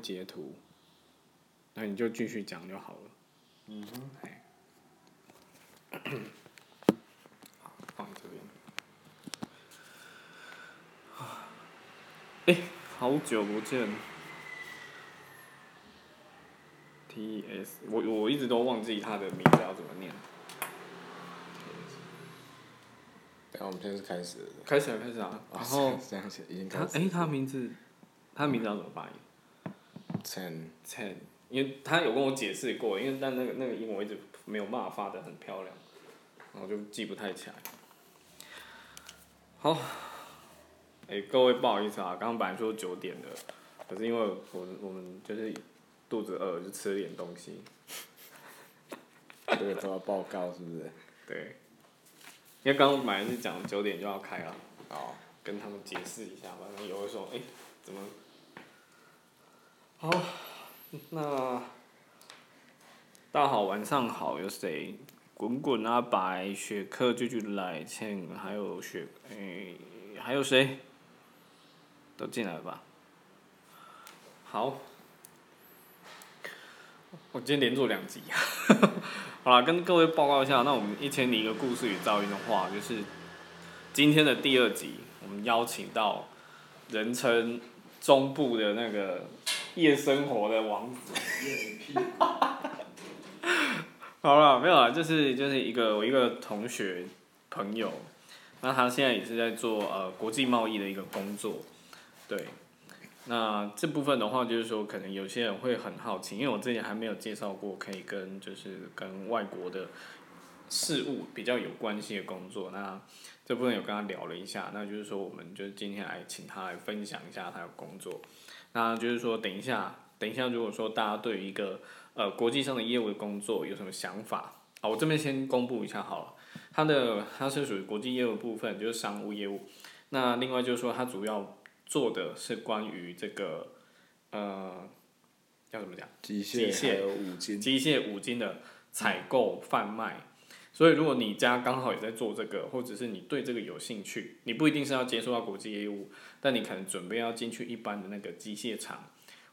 截图，那你就继续讲就好了。嗯哼，哎放这边，哎好久不见。 T S，我我一直都忘记他的名字要怎么念。等下我们现在是开始了。哦开始了，开始啊！然后 这样写已经开他始。哎、他名字，他名字要怎么发音 ten ？Ten，因为他有跟我解释过，因为但那个那个英文我一直没有办法发的很漂亮，然后就记不太起来。好，哎、各位不好意思啊，刚刚本来说九点的，可是因为我我们就是肚子饿，就吃了点东西。这个都要报告是不是？对，因为刚刚本来是讲九点就要开了，哦，跟他们解释一下吧，反正有的时候哎、怎么？好，那大家好，晚上好，有谁？滚滚阿白、雪克、句句来倩，还有雪，哎、还有谁？都进来吧。好，我今天连做两集。 好啦，跟各位报告一下，那我们一千零一个故事与噪音的话，就是今天的第二集，我们邀请到人称中部的那个夜生活的王子。 好了，没有啦，就是就是一个我一个同学朋友，那他现在也是在做呃国际贸易的一个工作，对。那这部分的话，就是说，可能有些人会很好奇，因为我之前还没有介绍过，可以跟就是跟外国的事物比较有关系的工作。那这部分有跟他聊了一下，那就是说，我们就是今天来请他来分享一下他的工作。那就是说，等一下，等一下，如果说大家对于一个呃国际上的业务的工作有什么想法啊，我这边先公布一下好了。他的他是属于国际业务部分，就是商务业务。那另外就是说，他主要做的是关于这个呃，要怎么讲？机械械还有五金，机械五金的采购贩卖。所以，如果你家刚好也在做这个，或者是你对这个有兴趣，你不一定是要接触到国际业务，但你可能准备要进去一般的那个机械厂，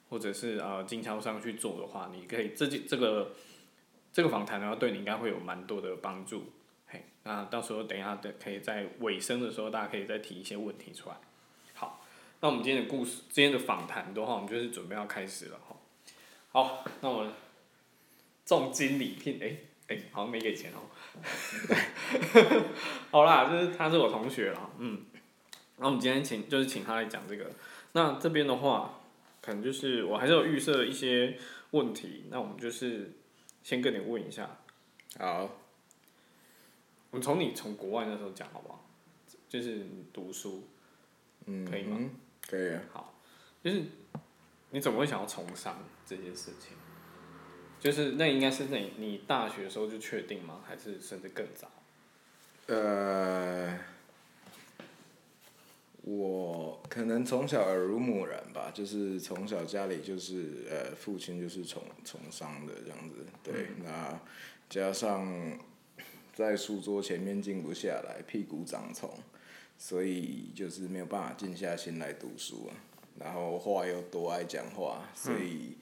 或者是呃经销商去做的话，你可以这这个这个访谈的话，对你应该会有蛮多的帮助。嘿，那到时候等一下的可以在尾声的时候，大家可以再提一些问题出来。好，那我们今天的故事，今天的访谈的话，我们就是准备要开始了哈。好，那我们重金礼聘，哎、哎、好像没给钱哦、 好啦，就是他是我同学啦，嗯，那我们今天请就是请他来讲这个。那这边的话，可能就是我还是有预设一些问题，那我们就是先跟你问一下，好，我们从你从国外那时候讲好不好？就是你读书，嗯，可以吗嗯？可以啊，就是你怎么会想要从商这件事情？就是那应该是那你你大学的时候就确定吗？还是甚至更早？呃，我可能从小耳濡目染吧，就是从小家里就是呃，父亲就是从从商的这样子，对，那加上在书桌前面静不下来，屁股长虫，所以就是没有办法静下心来读书啊。然后话又多爱讲话，所以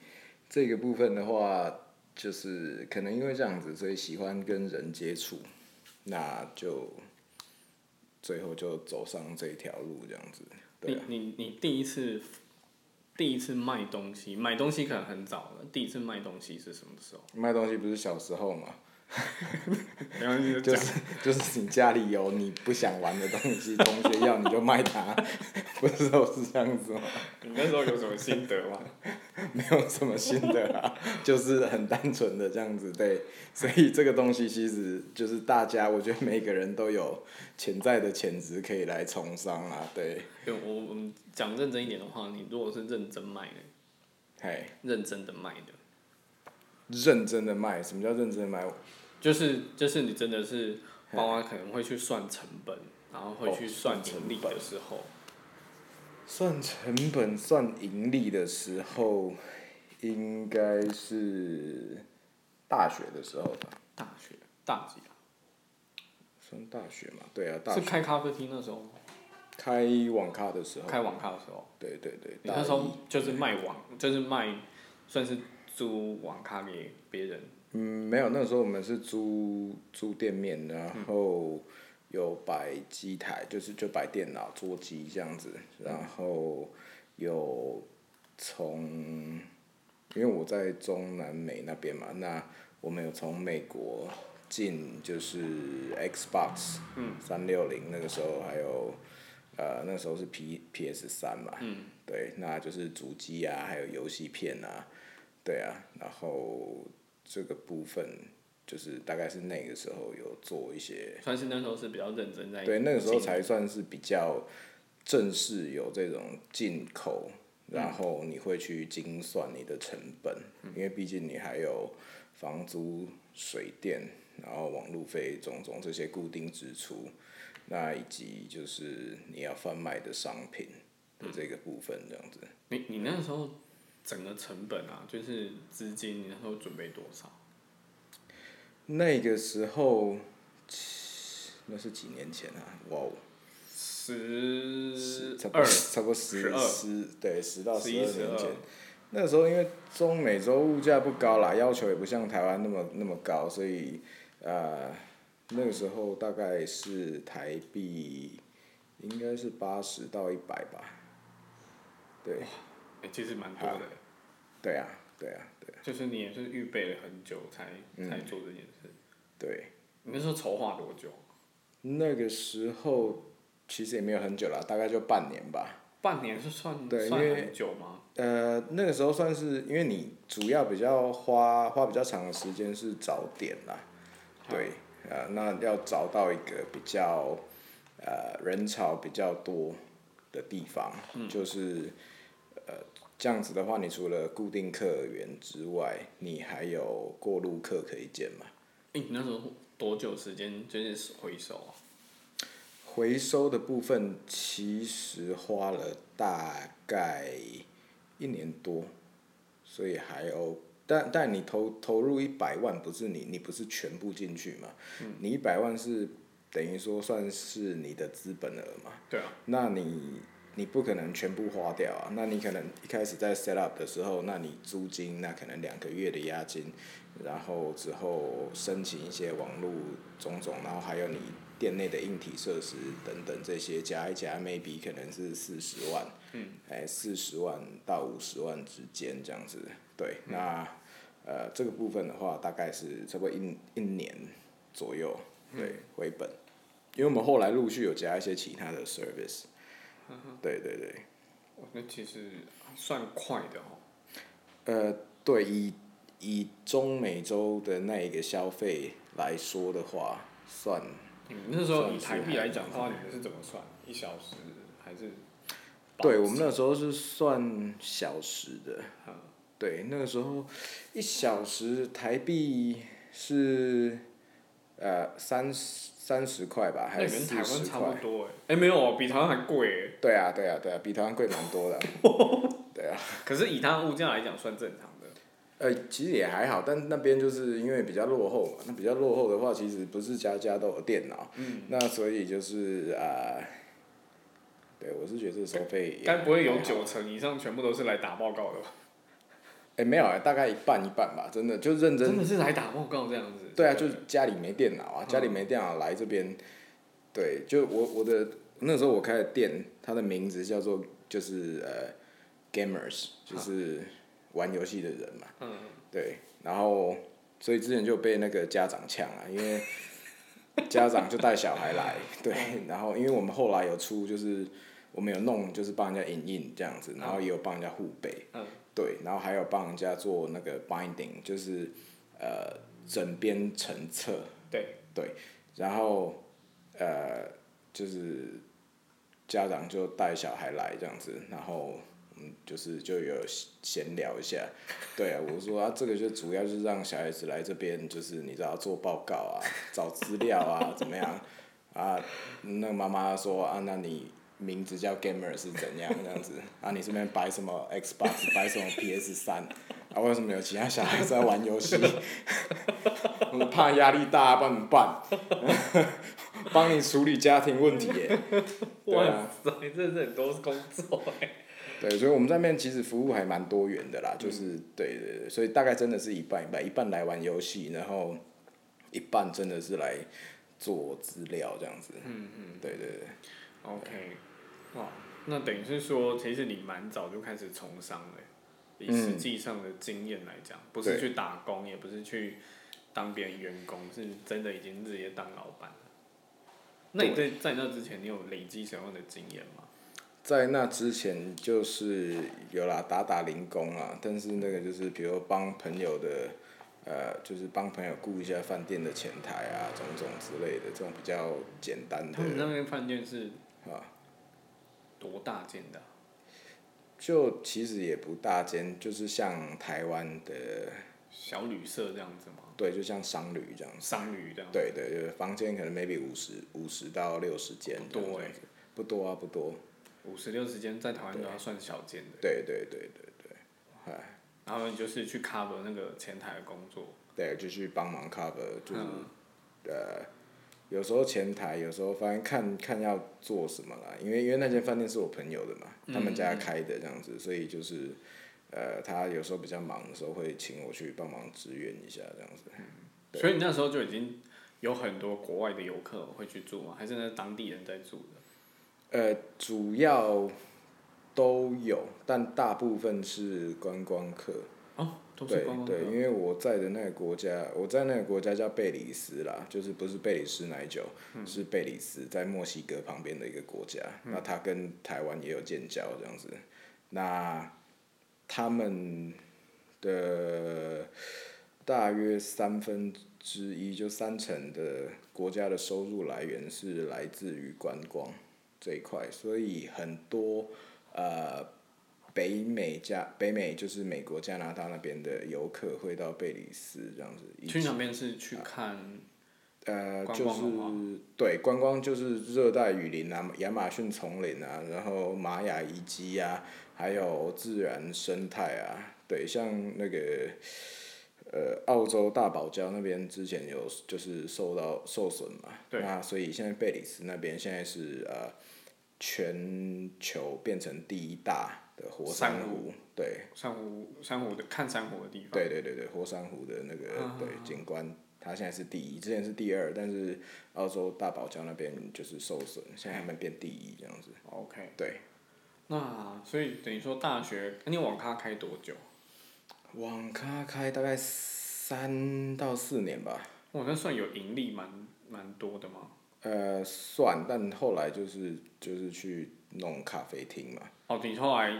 这个部分的话，就是可能因为这样子，所以喜欢跟人接触，那就最后就走上这条路这样子。对你啊，你你第一次第一次卖东西，买东西可能很早了。第一次卖东西是什么时 候？卖东西不是小时候嘛，然后你就就讲，是就是你家里有你不想玩的东西，同学要你就卖它， 不是都是这样子吗？你那时候有什么心得 吗？没有什么新的啦，就是很单纯的这样子，对。所以这个东西其实就是大家，我觉得每个人都有潜在的潜质可以来从商啦，对，对我我们讲认真一点的话，你如果是认真卖的，嘿，认真的卖的，认真的卖，什么叫认真的卖？就是就是你真的是，包括可能会去算成本，然后哦会去算盈利的时候，算成本、算盈利的时候，应该是大学的时候吧，大学大几啊？算大学嘛，对啊，大是学哦开咖啡厅那时候吗，开网咖的时候，开网咖的时候，对对对，你那时候大一就是卖网，就是卖，算是租网咖给别人。嗯，没有，那时候我们是租租店面，然后有摆机台，就是就摆电脑、桌机这样子，然后有从，因为我在中南美那边嘛，那我们有从美国进就是 Xbox，嗯，三六零那个时候还有。呃，那时候是 P P S 三嘛，嗯，对，那就是主机啊，还有游戏片啊，对啊，然后这个部分就是大概是那个时候有做一些，算是那时候是比较认真在对，那个时候经营才算是比较正式有这种进口，然后你会去精算你的成本，因为毕竟你还有房租、水电，然后网路费种种这些固定支出，那以及就是你要贩卖的商品的这个部分，这样子。你你那时候整个成本啊，就是资金，你那时候准备多少？那个时候，七那是几年前啊，哇哦！十差不二多差不多十12十对十到十十二一年十二前，那时候因为中美洲物价不高啦，要求也不像台湾那么那么高，所以呃那个时候大概是台币应该是八十到一百吧，对欸其实蛮多的，对啊对啊对就是你也是预备了很久才嗯才做这件事。对，你那时候筹划多久？那个时候其实也没有很久啦，大概就半年吧，半年是算对算因为很久吗？呃，那个时候算是因为你主要比较花花比较长的时间是找点啦，对，啊、那要找到一个比较呃人潮比较多的地方，就是呃这样子的话，你除了固定客源之外，你还有过路客可以捡嘛？欸你那时候多久时间就是回收啊？回收的部分其实花了大概一年多，所以还有，但但你投投入一百万，不是你你不是全部进去嘛？你一百万是等于说算是你的资本额嘛？对啊，那你你不可能全部花掉啊，那你可能一开始在 set up 的时候，那你租金那可能两个月的押金，然后之后申请一些网络种种，然后还有你店内的硬体设施等等这些加一加，maybe 可能是四十万，嗯，哎四十万到五十万之间这样子，对，那呃这个部分的话，大概是差不多一一年左右，对，回本。因为我们后来陆续有加一些其他的 service，对对对，哇哦那其实算快的哦。呃，对，以以中美洲的那一个消费来说的话，算你们那时候算以是台币还来讲的话，你们是怎么算？一小时还是？对我们那时候是算小时的，嗯对，那个时候一小时台币是呃三十三十块吧，那还你是们台四湾十差块不？多哎、哎、没有哦，比台湾还贵哎、对啊对啊对啊，比台湾贵蛮多的，对啊。可是以它物价来讲，算正常的。呃，其实也还好，但那边就是因为比较落后嘛，那比较落后的话，其实不是家家都有电脑，嗯那所以就是啊、呃对我是觉得这收费也该不会有还好九成以上全部都是来打报告的吧？哎、没有、哎，大概一半一半吧，真的就认真真的是来打报告这样子？对啊，就是家里没电脑啊，嗯家里没电脑来这边，对，就我我的那时候我开的店，它的名字叫做就是呃，gamers，就是玩游戏的人嘛，嗯，对，然后所以之前就被那个家长呛啊，因 为家长就带小孩来，对，嗯然后因为我们后来有出就是我们有弄就是帮人家影印这样子，然后也有帮人家护背，嗯，对，然后还有帮人家做那个 binding，就是呃整边成册，对，对，然后呃就是家长就带小孩来这样子，然后嗯就是就有闲聊一下，对啊，我说啊这个就主要就是让小孩子来这边，就是你知道做报告啊，找资料啊，怎么样啊？那妈妈说啊，那你。名字叫 Gamer 是怎样这样子啊？你这边摆什么 Xbox，摆什么 PS 三啊？为什么有其他小孩子在 玩游戏？我怕压力大，帮你们办。帮你处理家庭问题 耶。对哇啊，塞，这是很多工作哎、对，所以我们那边其实服务还蛮多元的啦，就是、嗯对对对，所以大概真的是一半一半，一半来玩游戏，然后一半真的是来做资料这样子。嗯嗯对对对， ，OK，哇，那等于是说，其实你蛮早就开始从商了、欸以实际上的经验来讲，不是对去打工，也不是去当别人员工，是真的已经直接当老板了。那你在在那之前，你有累积什么样的经验吗？在那之前就是有啦打打零工啊，但是那个就是比如帮朋友的。呃，就是帮朋友顾一下饭店的前台啊，种种之类的，这种比较简单的他。们那边饭店是啊多大间的啊、就其实也不大间，就是像台湾的，小旅社这样子吗？对，就像商旅这样子。商旅这样？，对对对，房间可能 maybe 五十五十到六十间，不多这欸样子不多啊，不多。五十六时间在台湾都要算小间的，对对对对然后你就是去 cover 那个前台的工作，对，就去帮忙 cover，就是、嗯呃，有时候前台，有时候反正看看要做什么啦，因为因为那间饭店是我朋友的嘛，他们家开的这样子，所以就是呃，他有时候比较忙的时候会请我去帮忙支援一下这样子。对所以你那时候就已经有很多国外的游客会去住吗？还是那当地人在住的？呃，主要都有，但大部分是观光客。哦，都是对观光客对，因为我在的那个国家，我在那个国家叫贝里斯啦，就是不是贝里斯奶酒，嗯是贝里斯，在墨西哥旁边的一个国家。那它跟台湾也有建交这样子。那他们的大约三分之一，就三成的国家的收入来源是来自于观光这一块，所以很多呃北美加北美就是美国、加拿大那边的游客会到贝里斯这样子，以去那边是去看，呃，观就光的话是对观光就是热带雨林啊、亚马逊丛林啊，然后玛雅遗迹啊，还有自然生态啊，对，像那个呃澳洲大堡礁那边之前有就是受到受损嘛，对那所以现在贝里斯那边现在是呃全球变成第一大的活珊珊瑚瑚，对，珊瑚珊瑚的看珊瑚的地方。对对对对，火山湖的那个、对景观，它现在是第一，之前是第二，但是澳洲大堡礁那边就是受损，现在他们变第一这样子。 ，OK，对，那所以等于说大学，那你网咖开多久？网咖开大概三到四年吧，我那算有盈利蛮蛮多的吗？呃，算，但后来就是就是去弄咖啡厅嘛，哦，你后来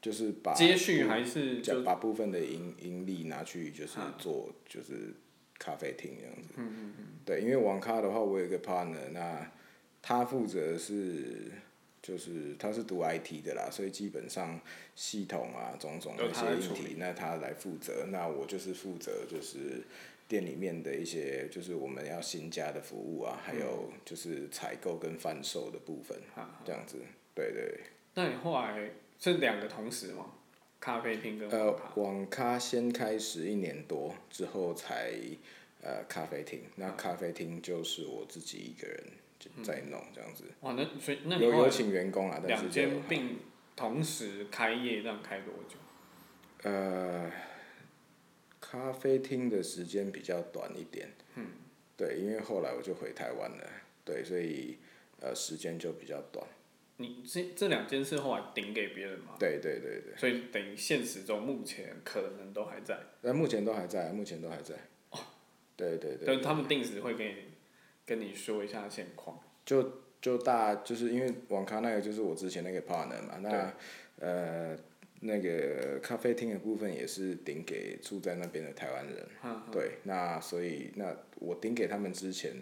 就是把接续还是就就把部分的盈盈利拿去就是做就是咖啡厅这样子。嗯嗯嗯。对，因为网咖的话，我有一个 partner，那他负责是就是他是读 IT 的啦，所以基本上系统啊种种都那哦他来些处硬理体，那他来负责，那我就是负责就是。店里面的一些就是我们要新加的服务啊，还有嗯就是采购跟贩售的部分，这样子，对对对那你后来是两个同时吗？咖啡厅跟网呃咖，网咖先开始一年多之后才呃咖啡厅，那咖啡厅就是我自己一个人就在弄这样子，哇，那所以那你有后有来请员工啊，但两是就间并同时开业，这样开多久？呃咖啡厅的时间比较短一点，嗯，对，因为后来我就回台湾了，对，所以呃时间就比较短，你这这两间是后来顶给别人吗？对对对对，所以等于现实中目前可能都还在，但目前都还在，目前都还在，哦对对对，但他们定时会跟你跟你说一下现况。就就大就是因为网咖那个就是我之前那个 partner 嘛，那呃那个咖啡厅的部分也是顶给住在那边的台湾人，对，那所以那我顶给他们之前，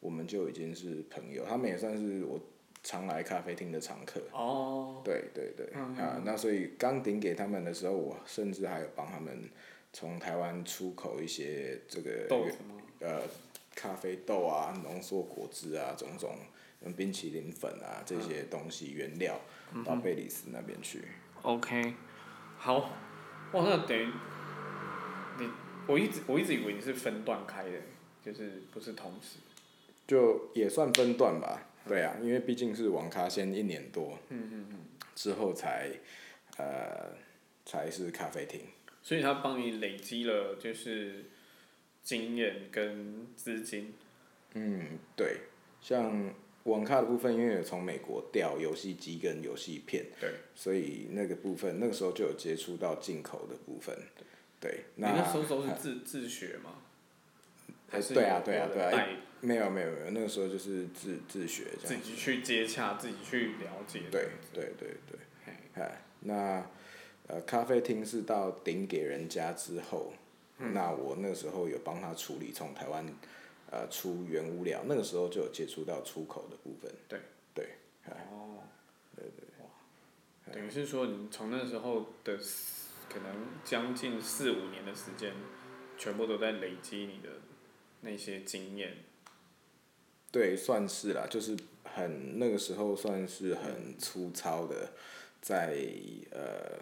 我们就已经是朋友，他们也算是我常来咖啡厅的常客。哦，对对对，啊，那所以刚顶给他们的时候，我甚至还有帮他们从台湾出口一些这个豆子吗？呃咖啡豆啊、浓缩果汁啊、种种嗯冰淇淋粉啊这些东西原料到贝里斯那边去。 OK，好，哇，那等于你，我一直我一直以为你是分段开的，就是不是同时。就也算分段吧。对啊，因为毕竟是网咖先一年多，嗯嗯嗯，之后才呃才是咖啡厅。所以他帮你累积了就是经验跟资金，嗯，对，像网咖的部分，因为有从美国调游戏机跟游戏片，对，所以那个部分那个时候就有接触到进口的部分。对，你那时候都是自自学吗？还是呃对啊有对啊有对啊带没有没有没有，那个时候就是自自学这自样子。己去接洽，自己去了解，对对对对，哎，那呃咖啡厅是到顶给人家之后，嗯那我那时候有帮他处理从台湾呃出原物料，那个时候就有接触到出口的部分。对对，哦，对对，哇，等于是说你从那时候的四可能将近四五年的时间，全部都在累积你的那些经验，对，算是啦，就是很那个时候算是很粗糙的，在呃，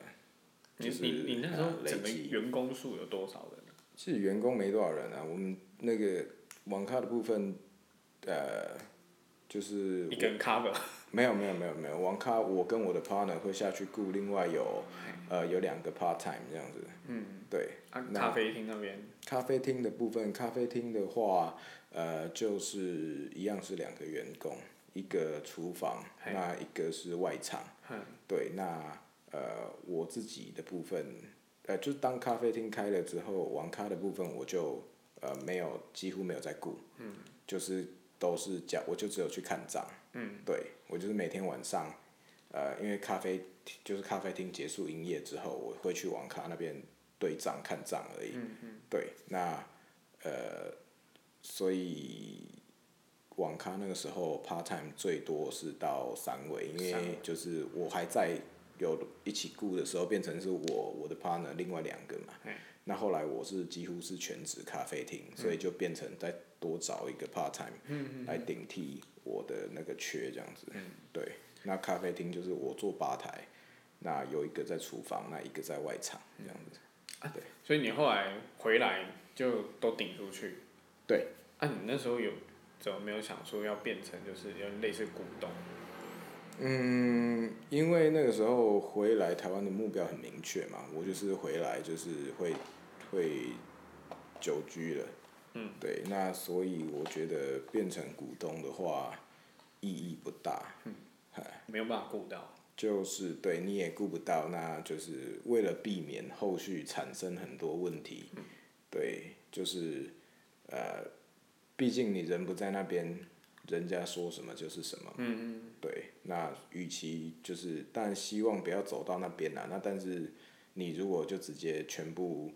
你就是你你那时候呃累整个积员工数有多少人啊？其实员工没多少人啊，我们那个网咖的部分，呃，就是一个人 cover，没有没有没有没有，网咖我跟我的 partner 会下去雇，另外有呃有两个 part time 这样子。嗯。对，啊那咖啡厅那边咖啡厅的部分，咖啡厅的话，呃，就是一样是两个员工，一个厨房，嘿那一个是外场。嗯对，那呃我自己的部分，呃，就是当咖啡厅开了之后，网咖的部分我就呃没有几乎没有在顾，嗯，就是都是叫我就只有去看账，嗯，对我就是每天晚上，呃，因为咖啡就是咖啡厅结束营业之后，我会去网咖那边对账看账而已，嗯嗯，对，那呃，所以。网咖那个时候 part time 最多是到三位，因三位为就是我还在有一起雇的时候，变成是我我的 partner 另外两个嘛嘿。那后来我是几乎是全职咖啡厅，所嗯以就变成再多找一个 part time 来顶替我的那个缺这样子。对，那咖啡厅就是我做吧台，那有一个在厨房，那一个在外场这样子。所以你后来回来就都顶出去。对。啊，你那时候有怎么没有想说要变成就是有点类似股东？嗯，因为那个时候回来台湾的目标很明确嘛，我就是回来就是会会久居了。嗯，对，那所以我觉得变成股东的话意义不大，没有办法顾到。就是对你也顾不到，那就是为了避免后续产生很多问题，嗯对，就是呃，毕竟你人不在那边，人家说什么就是什么。嗯嗯。对，那与其就是，但希望不要走到那边啦。那但是你如果就直接全部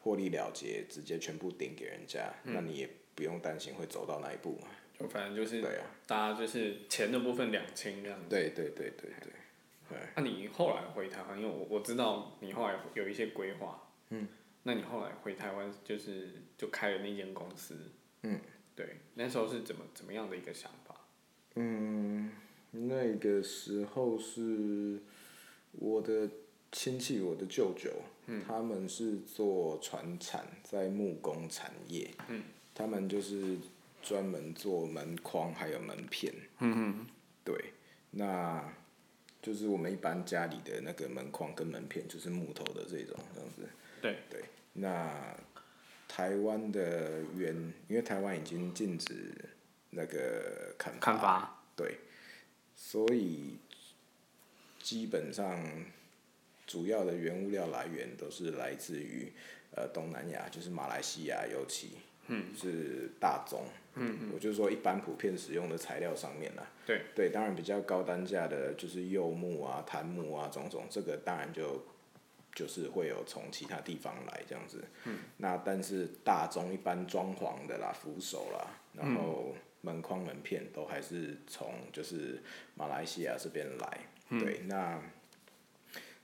获利了结，直接全部顶给人家，嗯那你也不用担心会走到那一步嘛。就反正就是对啊，大家就是钱的部分两清这样子。对对对对对，那、你后来回台湾，因为我我知道你后来有一些规划。嗯。那你后来回台湾，就是就开了那间公司。嗯。对，那时候是怎么怎么样的一个想法？嗯，那个时候是我的亲戚，我的舅舅，他们是做船产，在木工产业，他们就是专门做门框还有门片，对，那就是我们一般家里的那个门框跟门片，就是木头的这种这样子。对对，那台湾的原，因为台湾已经禁止那个砍看法。对，所以基本上主要的原物料来源都是来自于呃东南亚，就是马来西亚，尤其嗯是大宗，嗯我就说一般普遍使用的材料上面啦，对对，当然比较高单价的就是柚木啊、檀木啊种种，这个当然就。就是会有从其他地方来这样子，嗯、那但是大宗一般装潢的啦、扶手啦，然后门框门片都还是从就是马来西亚这边来，对，那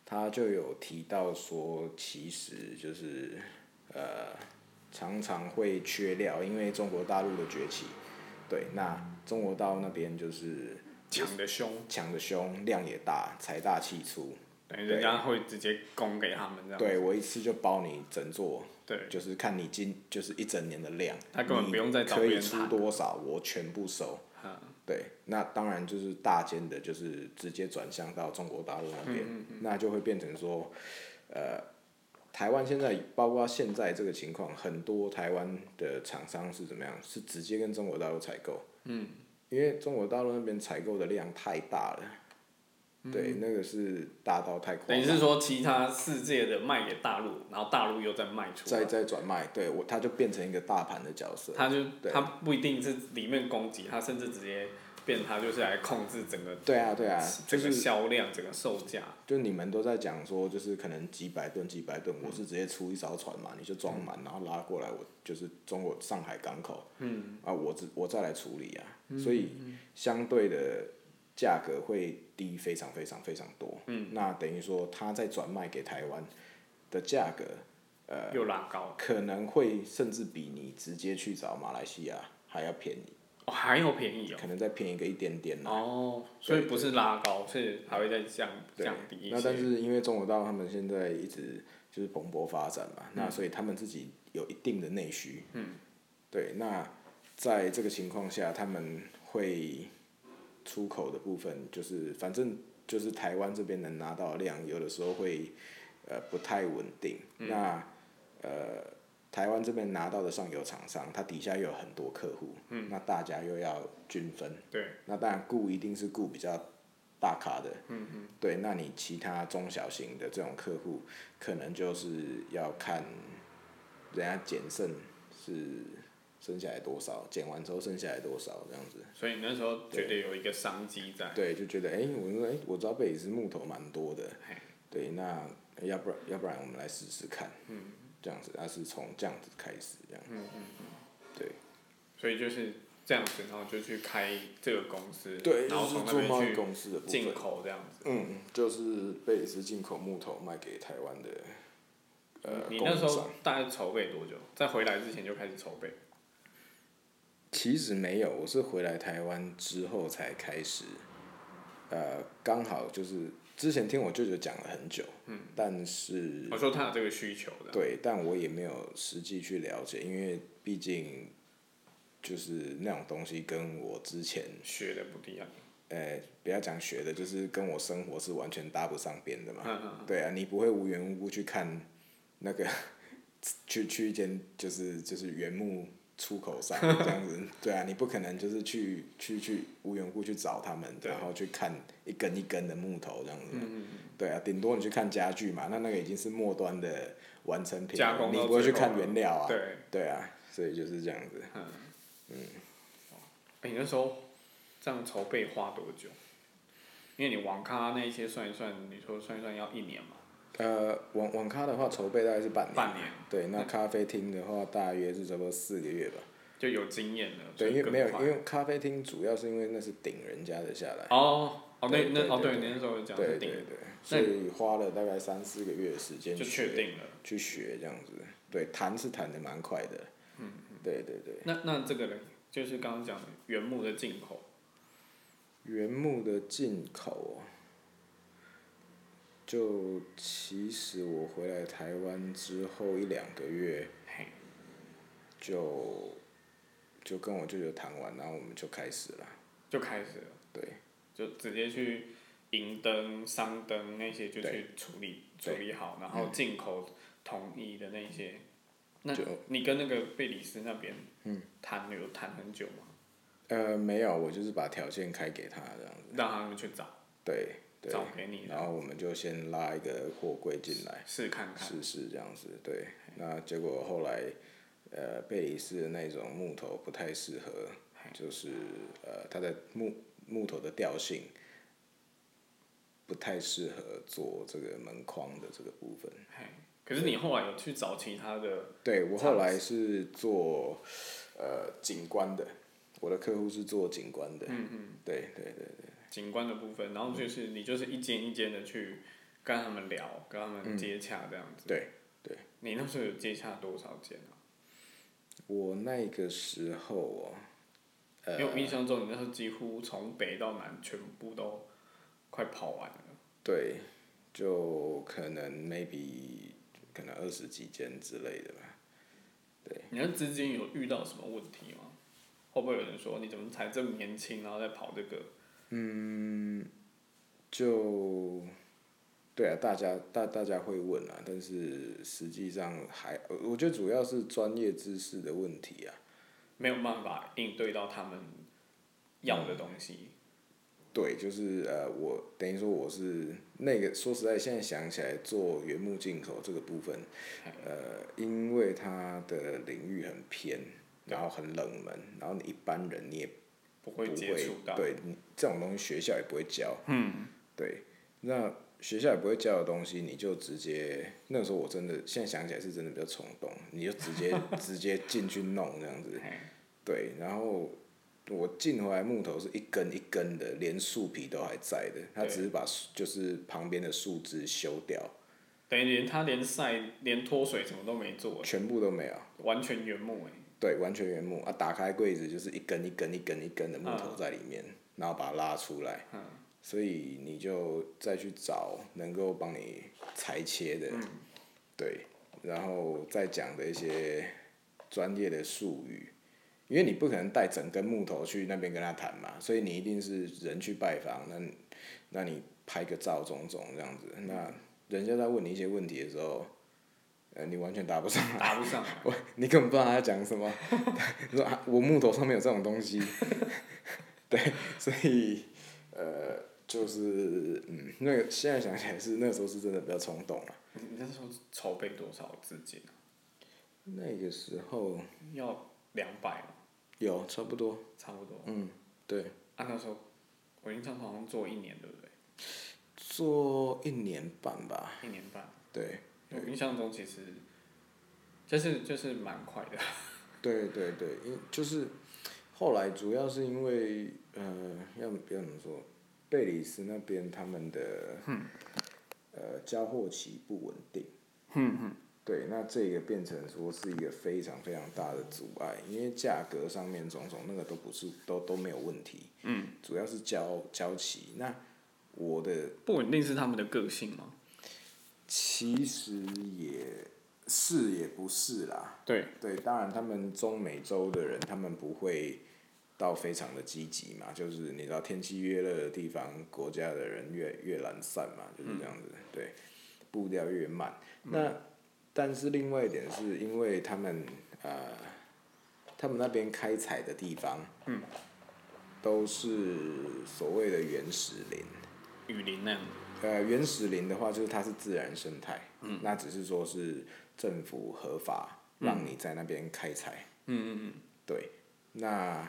他就有提到说，其实就是呃，常常会缺料，因为中国大陆的崛起，对，那中国大陆那边就是抢的凶。强的凶，量也大，财大气粗，等于人家会直接供给他们这样。对我一次就包你整座，对，就是看你今就是一整年的量，他根本不用再你找可别以人出谈多少，我全部收。嗯对，那当然就是大间的，就是直接转向到中国大陆那嗯边，那就会变成说，呃，台湾现在包括现在这个情况，很多台湾的厂商是怎么样？是直接跟中国大陆采购，嗯，因为中国大陆那边采购的量太大了，对，那个是大到太夸嗯等于张是说其他世界的卖给大陆，然后大陆又再卖出再来，再转卖，对我他就变成一个大盘的角色，他就对他不一定是里面供给，他甚至直接变他就是来控制整个对啊对啊，就整个是销量、整个售价。就你们都在讲说，就是可能几百吨、几百吨，我是直接出一艘船嘛，你就装满，然后拉过来，我就是中国上海港口，嗯，啊，我只我再来处理啊，所以相对的价格会低非常非常非常多，嗯，那等于说它再转卖给台湾的价格呃又拉高，可能会甚至比你直接去找马来西亚还要便宜，哦，还有便宜哦。可能再便宜个一点点啦，哦，所以不是拉高，是还会再降对降低一那但些。是因为中国大陆他们现在一直就是蓬勃发展嘛，那所以他们自己有一定的内需。嗯。对，那在这个情况下，他们会出口的部分，就是反正就是台湾这边能拿到的量，有的时候会呃不太稳定。嗯那呃，台湾这边拿到的上游厂商，它底下又有很多客户，嗯、那大家又要均分。对，那当然顾一定是顾比较大咖的，嗯嗯，对，那你其他中小型的这种客户，可能就是要看人家减剩是剩下来多少，减完之后剩下来多少这样子，所以你那时候觉得有一个商机在。对，就觉得哎、我说哎、我知道贝里斯木头蛮多的，嘿对，那要不然要不然我们来试试看，嗯，这样子，那是从这样子开始这样子，嗯嗯对。所以就是这样子，然后就去开这个公司，对，然就后是从那做贸易边公司的去部分进，口这样子。嗯，就是贝里斯进口木头卖给台湾的，呃，你那时供应候商大概筹备多久？在回来之前就开始筹备，其实没有，我是回来台湾之后才开始，呃，刚好就是之前听我舅舅讲了很久，嗯，但是我说他有这个需求的。嗯对，但我也没有实际去了解，因为毕竟就是那种东西跟我之前，学的不一样，呃，不要讲学的，就是跟我生活是完全搭不上边的嘛，嗯嗯，对啊，你不会无缘无故去看那个 去去一间就是就是原木出口商这样子， 对啊，你不可能就是去去去无缘无故去找他们，对然后去看一根一根的木头这样子嗯嘛，对啊，顶多你去看家具嘛，那那个已经是末端的完成品了，加工你到不会最去后看了原料啊，对，对啊，所以就是这样子。哎、你那时候这样筹备花多久？因为你网咖那一些算一算，你说算一算要一年嘛，呃，网网咖的话，筹备大概是半年，半年对，那咖啡厅的话，大约是差不多四个月吧。就有经验了。所对，以因为更没有，快因为咖啡厅主要是因为那是顶人家的下来，哦哦那对那对哦对对，对你那时候有讲对是对定对，那所以花了大概三四个月的时间就学确定了。去学这样子，对，弹是弹的蛮快的，嗯，对对对，那那这个人就是刚刚讲的原木的进口，原木的进口哦，就其实我回来台湾之后一两个月嘿，就就跟我舅舅谈完，然后我们就开始了，就开始了，对。就直接去银灯、商灯那些就去对处理处对嗯理好，然后进口统一的那些。那就你跟那个贝里斯那边，嗯，谈有谈很久吗？呃，没有，我就是把条件开给他这样子，让他们去找对嗯对。找给你，然后我们就先拉一个货柜进来试看看。试试这样子，对。那结果后来，呃，贝里斯的那种木头不太适合，就是呃，它的木木头的调性不太适合做这个门框的这个部分。嘿，可是你后来有去找其他的，对我这样后来是做呃景观的，我的客户是做景观的，嗯嗯，对对对对景观的部分，然后就是嗯你就是一间一间的去跟他们聊，跟他们接洽这样子。嗯对。你那时候有接洽多少间啊？我那个时候哦，因为我印象中你那时候几乎从北到南全部都快跑完了。对，就可能 maybe 可能二十几间之类的吧。你的资金有遇到什么问题吗？会不会有人说你怎么才这么年轻，然后再跑这个？就对啊，大家大大家会问啊，但是实际上还，呃我觉得主要是专业知识的问题啊。没有办法应对到他们要的东西。嗯对，就是呃，我等于说我是那个，说实在，现在想起来做原木进口这个部分，呃，因为它的领域很偏，然后很冷门，然后你一般人你也不不会接触到，对，你这种东西学校也不会教。嗯，对，那学校也不会教的东西，你就直接那时候我真的现在想起来是真的比较冲动，你就直接直接进去弄这样子。嘿对，然后我进回来木头是一根一根的，连树皮都还在的，它对只是把树就是旁边的树枝修掉，等于连他连晒、连脱水什么都没做，全部都没有。完全原木哎。对，完全原木啊！打开柜子就是一根一根一根一根的木头在里面，然后把它拉出来。所以你就再去找能够帮你裁切的，对，然后再讲的一些专业的术语，因为你不可能带整根木头去那边跟他谈嘛，所以你一定是人去拜访，那那你拍个照种种这样子，那人家在问你一些问题的时候，呃，你完全答不上来。答不上来。我 你根本不知道他在讲什么。 你说啊，我木头上面有这种东西， 对，所以呃，就是嗯，那个现在想起来是那时候是真的比较冲动啊了、你你那时候筹备多少资金啊？那个时候要两百嘛，有差不多，差不多。嗯，对，按那时候，我印象中好像做一年，对不对？做一年半吧，一年半。对，我印象中其实，就是就是蛮快的。对对对，因就是后来主要是因为呃，要要怎么说，贝里斯那边他们的、呃交货期不稳定，对，那这个变成说是一个非常非常大的阻碍，因为价格上面种种那个都不是都都没有问题，嗯，主要是交交期。那我的 不稳定是他们的个性吗？其实也是也不是啦，对，对，当然他们中美洲的人，他们不会到非常的积极嘛，就是你知道天气越热的地方，国家的人越越懒散嘛，就是这样子，对，步调越慢。嗯那但是另外一点是因为他们呃，他们那边开采的地方，嗯，都是所谓的原始林，雨林那样的。呃，原始林的话，就是它是自然生态，嗯，那只是说是政府合法嗯让你在那边开采，嗯嗯嗯，对，那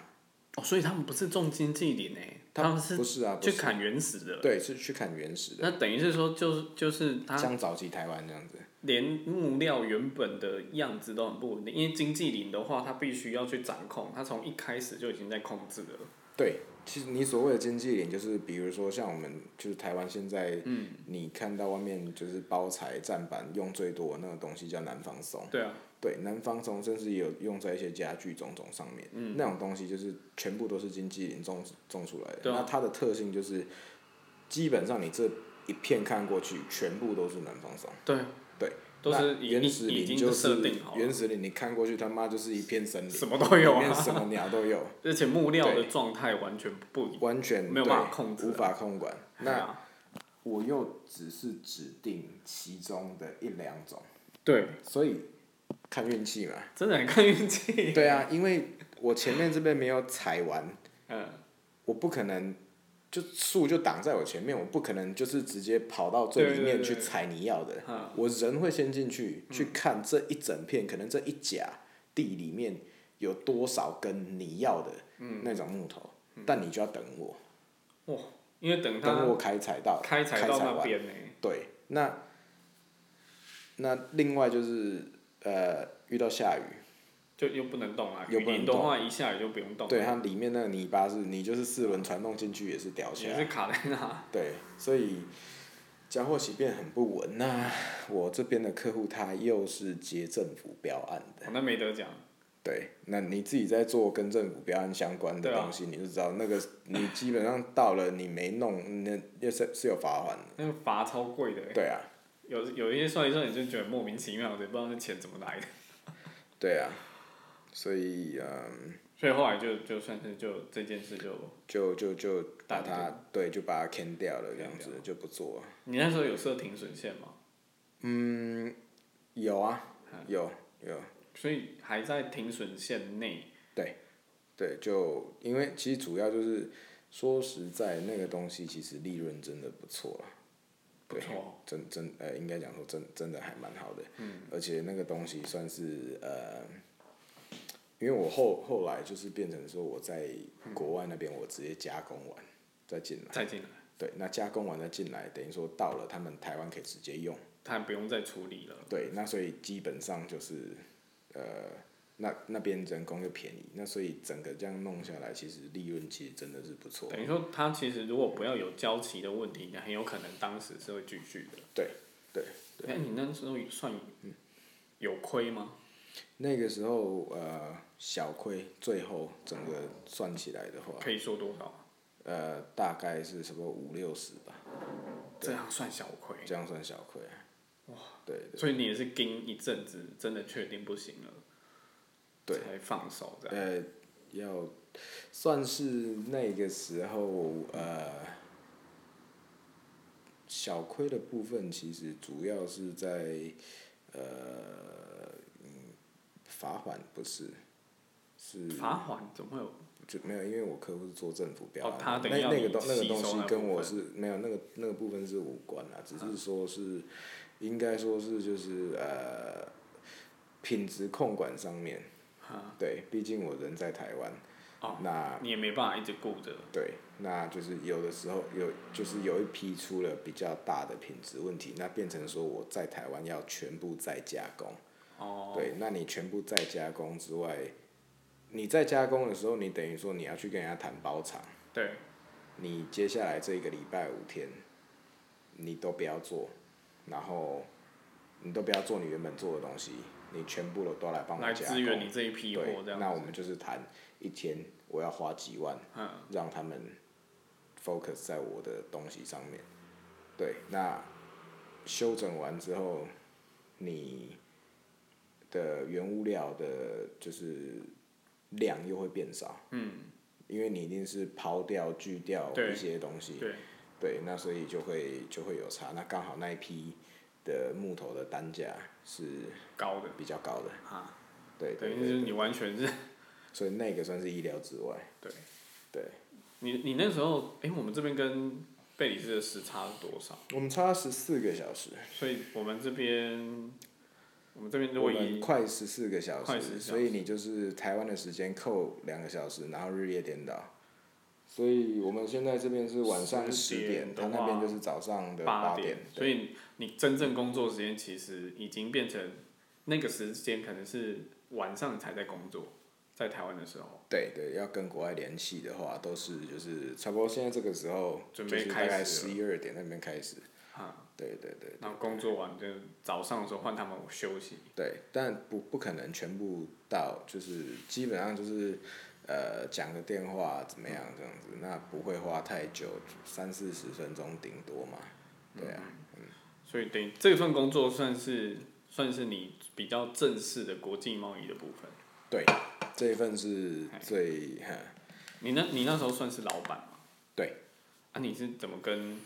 哦，所以他们不是种经济林诶，他们是不是啊？不去是，砍原始的。对，是去砍原始的，那等于是说，就是就是他像早期台湾这样子，连木料原本的样子都很不稳定，因为经济林的话，它必须要去掌控，它从一开始就已经在控制了。对，其实你所谓的经济林，就是比如说像我们就是台湾现在，嗯，你看到外面就是包材、站板用最多的那个东西叫南方松，对啊，对，南方松甚至也有用在一些家具种种上面，嗯那种东西就是全部都是经济林种种出来的。对啊那它的特性就是，基本上你这一片看过去，全部都是南方松。对对，都是那已原已始已林经就是设定好了原始林你看过去他妈就是一片森林，什么都有啊里面什么鸟 都有，而且木料的状态完全不一。完全没有办法对控制啊无法控管。对那啊我又只是指定其中的一两种，对，所以看 运气嘛。真的很看运气。对啊，因为我前面这边没有踩完， 嗯，我不可能就树就挡在我前面，我不可能就是直接跑到最里对对面对去踩你要的。嗯我人会先进去去看这一整片，可能这一甲地里面有多少根你要的嗯那种木头，但你就要等我，哇，因为等等它我开采到嗯开采采到完那边呢、对，那那另外就是呃遇到下雨，就又不能动啊。又雨不能林的话，一下雨就不用动，对，它里面那个泥巴是你就是四轮传动进去也是掉下也来，是卡在 那。对，所以交货起变很不稳。那我这边的客户他又是接政府标案的，哦那没得讲，对，那你自己在做跟政府标案相关对的啊东西，你就知道那个你基本上到了你没弄，那也是是有罚款的。那个罚超贵的欸，对啊，有有一些算一算，你就觉得莫名其妙的，不知道那钱怎么来的。 对啊，所以嗯，所以后来就就算是就这件事就，就就就打把不它对，就把它 can 掉了，这样 can 子就不做了。你那时候有设停损线吗？嗯，有啊，嗯有有，所以还在停损线内。对，就因为其实主要就是说实在，那个东西其实利润真的不错啦。不对错哦，真真呃，应该讲说真真的还蛮好的，嗯，而且那个东西算是呃，因为我后后来就是变成说我在国外那边我直接加工完再进来，再进来，对，那加工完再进来，等于说到了他们台湾可以直接用，它不用再处理了。对，那所以基本上就是呃，那那边人工又便宜，那所以整个这样弄下来，其实利润其实真的是不错，等于说，它其实如果不要有交期的问题，你很有可能当时是会继续的。对对对嗯那你那时候算有亏吗？那个时候呃小亏，最后整个算起来的话。可以说多少？呃，大概是什么五六十吧，这样算小亏。这样算小亏。啊哇，对对所以你也是盯一阵子，真的确定不行了，对，才放手的。呃，要算是那个时候呃，小亏的部分其实主要是在呃，嗯，罚款不是，是罚款怎么会有？就没有，因为我客户是做政府标哦他案的，等于那要那个你东那个吸东收西那跟部我分嗯是没有那个那个部分是无关啦，只是说是应该说是就是呃品质控管上面，对，毕竟我人在台湾，哦那你也没办法一直顾着。对，那就是有的时候有就是有一批出了比较大的品质问题，那变成说我在台湾要全部再加工，哦，对，那你全部再加工之外，你在加工的时候，你等于说你要去跟人家谈包厂。对，你接下来这一个礼拜五天，你都不要做，然后你都不要做你原本做的东西，你全部都都来帮我来加支工。援你这一批货这对，样。那我们就是谈一天我要花几万，嗯，让他们 focus 在我的东西上面。对，那修整完之后，你的原物料的就是量又会变少。嗯，因为你一定是抛掉、锯掉对一些东西。对，对，那所以就会就会有差。那刚好那一批的木头的单价是高的比较高的。啊，对等对于对，是你完全是所以那个算是意料之外。对。对，你你那时候，哎、我们这边跟贝里斯的时差是多少？我们差十四个小时。所以我们这边，我们这边如我果们以快十四个小快时， 14所以你就是台湾的时间扣两个小时，然后日夜颠倒。所以我们现在这边是晚上10十点，点的他话那边就是早上的八点点，，所以你真正工作时间其实已经变成那个时间，可能是晚上才在工作，在台湾的时候，对对，要跟国外联系的话，都是就是差不多现在这个时候，准备就是开始大概了十一二点那边开始。啊，对对对然后工作完就早上的时候换他们休息，对，但不不可能全部到，就是基本上就是呃讲个电话怎么样这样子，那不会花太久，三四十分钟顶多嘛。对啊，所以等于这份工作算是算是你比较正式的国际贸易的部分。对，这一份是哎最哈，你那你那时候算是老板吗？对。啊，你是怎么跟？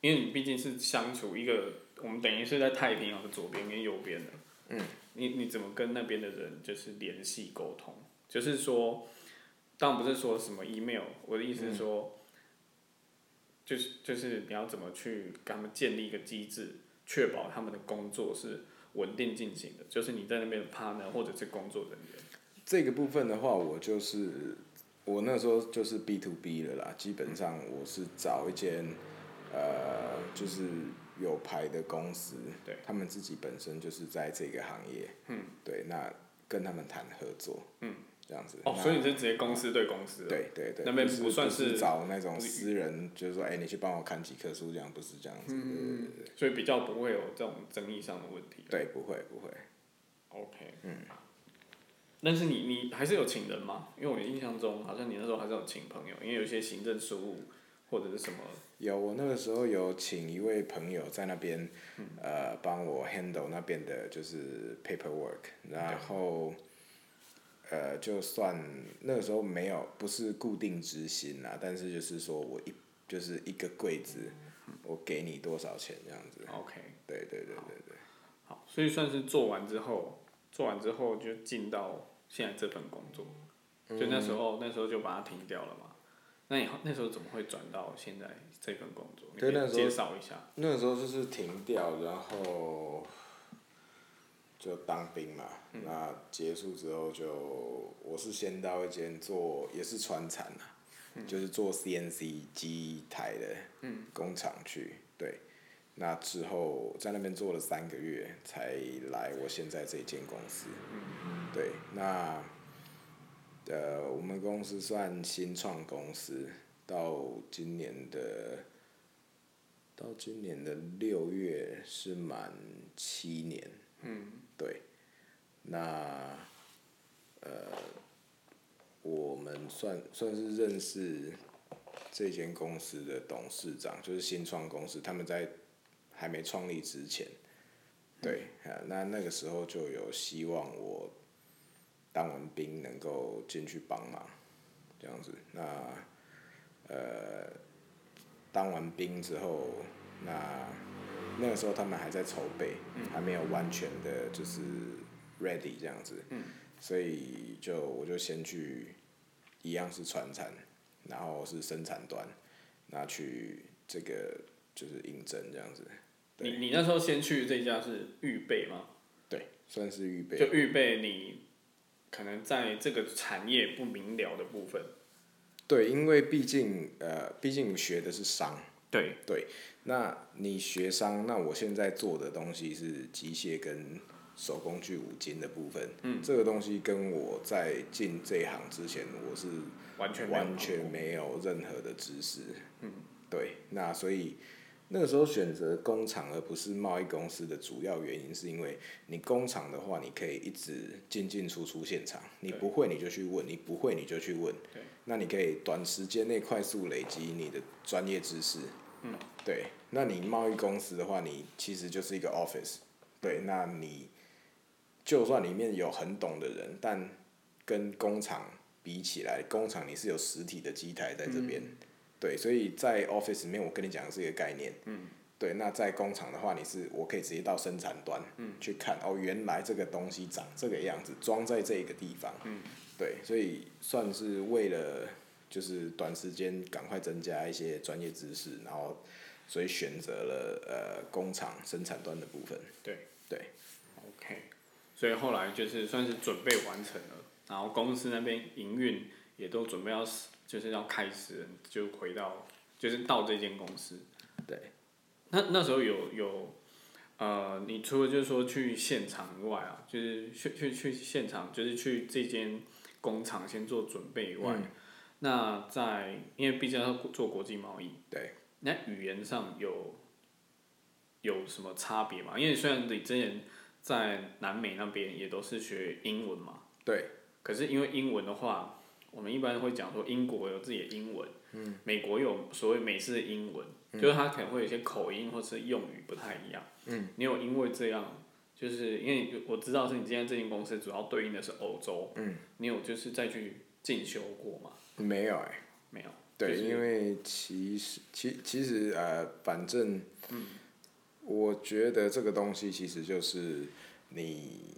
因为你毕竟是相处一个，我们等于是在太平洋的左边跟右边的。嗯。你你怎么跟那边的人就是联系沟通？就是说，当然不是说什么 email，我的意思是说，就是就是你要怎么去跟他们建立一个机制，确保他们的工作是稳定进行的，就是你在那边的 partner 或者是工作人员。这个部分的话，我就是我那时候就是 B to B 了啦，基本上我是找一间呃就是有牌的公司，对，他们自己本身就是在这个行业，嗯，对，那跟他们谈合作，嗯，这样子。哦，那所以你是直接公司对公司了。对对对，那边不是不算不是是找那种不是私人，就是说，哎、你去帮我砍几棵树，这样不是这样子，嗯，所以比较不会有这种争议上的问题。对，不会不会， OK，嗯，但是你你还是有请人吗？因为我印象中好像你那时候还是有请朋友，因为有一些行政事务或者是什么，有，我那个时候有请一位朋友在那边，嗯呃，帮我 handle 那边的就是 paperwork，然嗯后，呃，就算那个时候没有不是固定执行啦，但是就是说我一就是一个柜子，嗯我给你多少钱这样子， OK，对对对对对，好，所以算是做完之后，做完之后就进到现在这份工作，就那时嗯候、那时候就把它停掉了嘛。那你后那时候怎么会转到现在这份工作？你可对那以时候介绍一下。那个时候就是停掉，然后就当兵嘛。那结束之后就，我是先到一间做也是船产啊，就是做 CNC 机台的工厂去。对，那之后在那边做了三个月，才来我现在这间公司。对，那呃，我们公司算新创公司，到今年的。到今年的六月是满七年，嗯，对，那呃，我们算算是认识这间公司的董事长，就是新创公司，他们在还没创立之前，对，啊，那那个时候就有希望我当完兵能够进去帮忙，这样子，那呃。当完兵之后，那那个时候他们还在筹备，还没有完全的就是 ready 这样子，所以就我就先去一样是传产，然后是生产端，那去这个就是应征这样子，对你你那时候先去这家是预备吗？对，算是预备，啊就预备你可能在这个产业不明了的部分。对，因为毕竟呃，毕竟学的是商，对，那你学商，那我现在做的东西是机械跟手工具五金的部分。嗯，这个东西跟我在进这一行之前，我是完全没有完全没有任何的知识。嗯，对。那所以那个时候选择工厂而不是贸易公司的主要原因，是因为你工厂的话，你可以一直进进出出现场，你对不会你就去问，你不会你就去问对。那你可以短时间内快速累积你的专业知识。嗯，对。那你贸易公司的话，你其实就是一个 office。对，那你就算里面有很懂的人，但跟工厂比起来，工厂你是有实体的机台在这边，对，所以在 office 里面，我跟你讲的是一个概念，嗯，对。那在工厂的话，你是我可以直接到生产端，嗯，去看哦，原来这个东西长这个样子，装在这个地方，嗯，对，所以算是为了就是短时间赶快增加一些专业知识，然后所以选择了呃工厂生产端的部分，对对。 OK，所以后来就是算是准备完成了，然后公司那边营运也都准备要就是要开始了，就回到就是到这间公司。对。那那时候有有呃，你除了就是说去现场以外啊，就是去去去现场，就是去这间工厂先做准备以外，那在因为毕竟要做国际贸易，嗯对，那语言上有有什么差别吗？因为虽然你之前在南美那边也都是学英文嘛，对，可是因为英文的话，我们一般会讲说英国有自己的英文，嗯，美国有所谓美式的英文，就是它可能会有一些口音或是用语不太一样，嗯，你有因为这样。就是因为我知道是你今天这间公司主要对应的是欧洲，嗯，你有就是再去进修过吗？没有哎、没有，对，就是因为其实其其实呃，反正，嗯我觉得这个东西其实就是你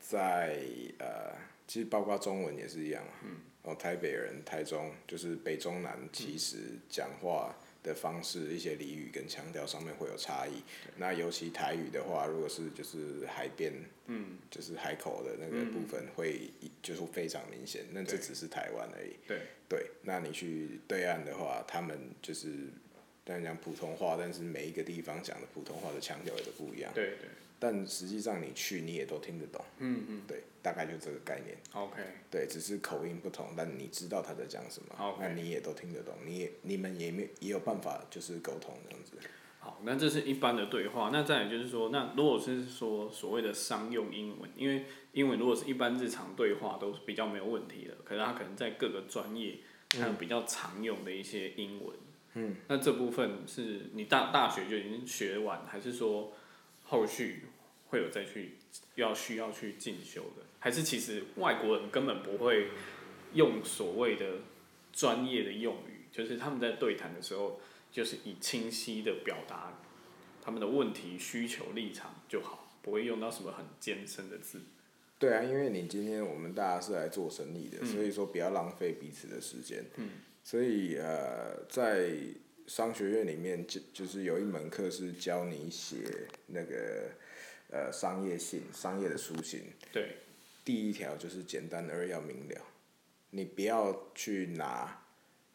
在呃，其实包括中文也是一样嘛。嗯。哦，台北人、台中就是北嗯中南，其实讲话的方式、一些俚语跟腔调上面会有差异。那尤其台语的话，如果是就是海边，嗯，就是海口的那个部分，会就是非常明显。那这嗯对只是台湾而已。对，对，那你去对岸的话，他们就是当然讲普通话，但是每一个地方讲的普通话的腔调也都不一样。对对但实际上你去，你也都听得懂。嗯嗯。对，大概就这个概念。 ，OK，对，只是口音不同，但你知道他在讲什么 OK 那你也都听得懂，你也你们也没也有办法就是沟通这样子。好，那这是一般的对话。那再来就是说，那如果是说所谓的商用英文，因为英文如果是一般日常对话都是比较没有问题的，可是它可能在各个专业还有比较常用的一些英文。嗯，那这部分是你大大学就已经学完，还是说后续会有再去要需要去进修的？还是其实外国人根本不会用所谓的专业的用语，就是他们在对谈的时候，就是以清晰的表达他们的问题、需求、立场就好，不会用到什么很艰深的字。对啊，因为你今天我们大家是来做生意的，所以说不要浪费彼此的时间。嗯，所以呃，在商学院里面就就是有一门课是教你写那个呃商业信、商业的书信。对，第一条就是简单而要明了，你不要去拿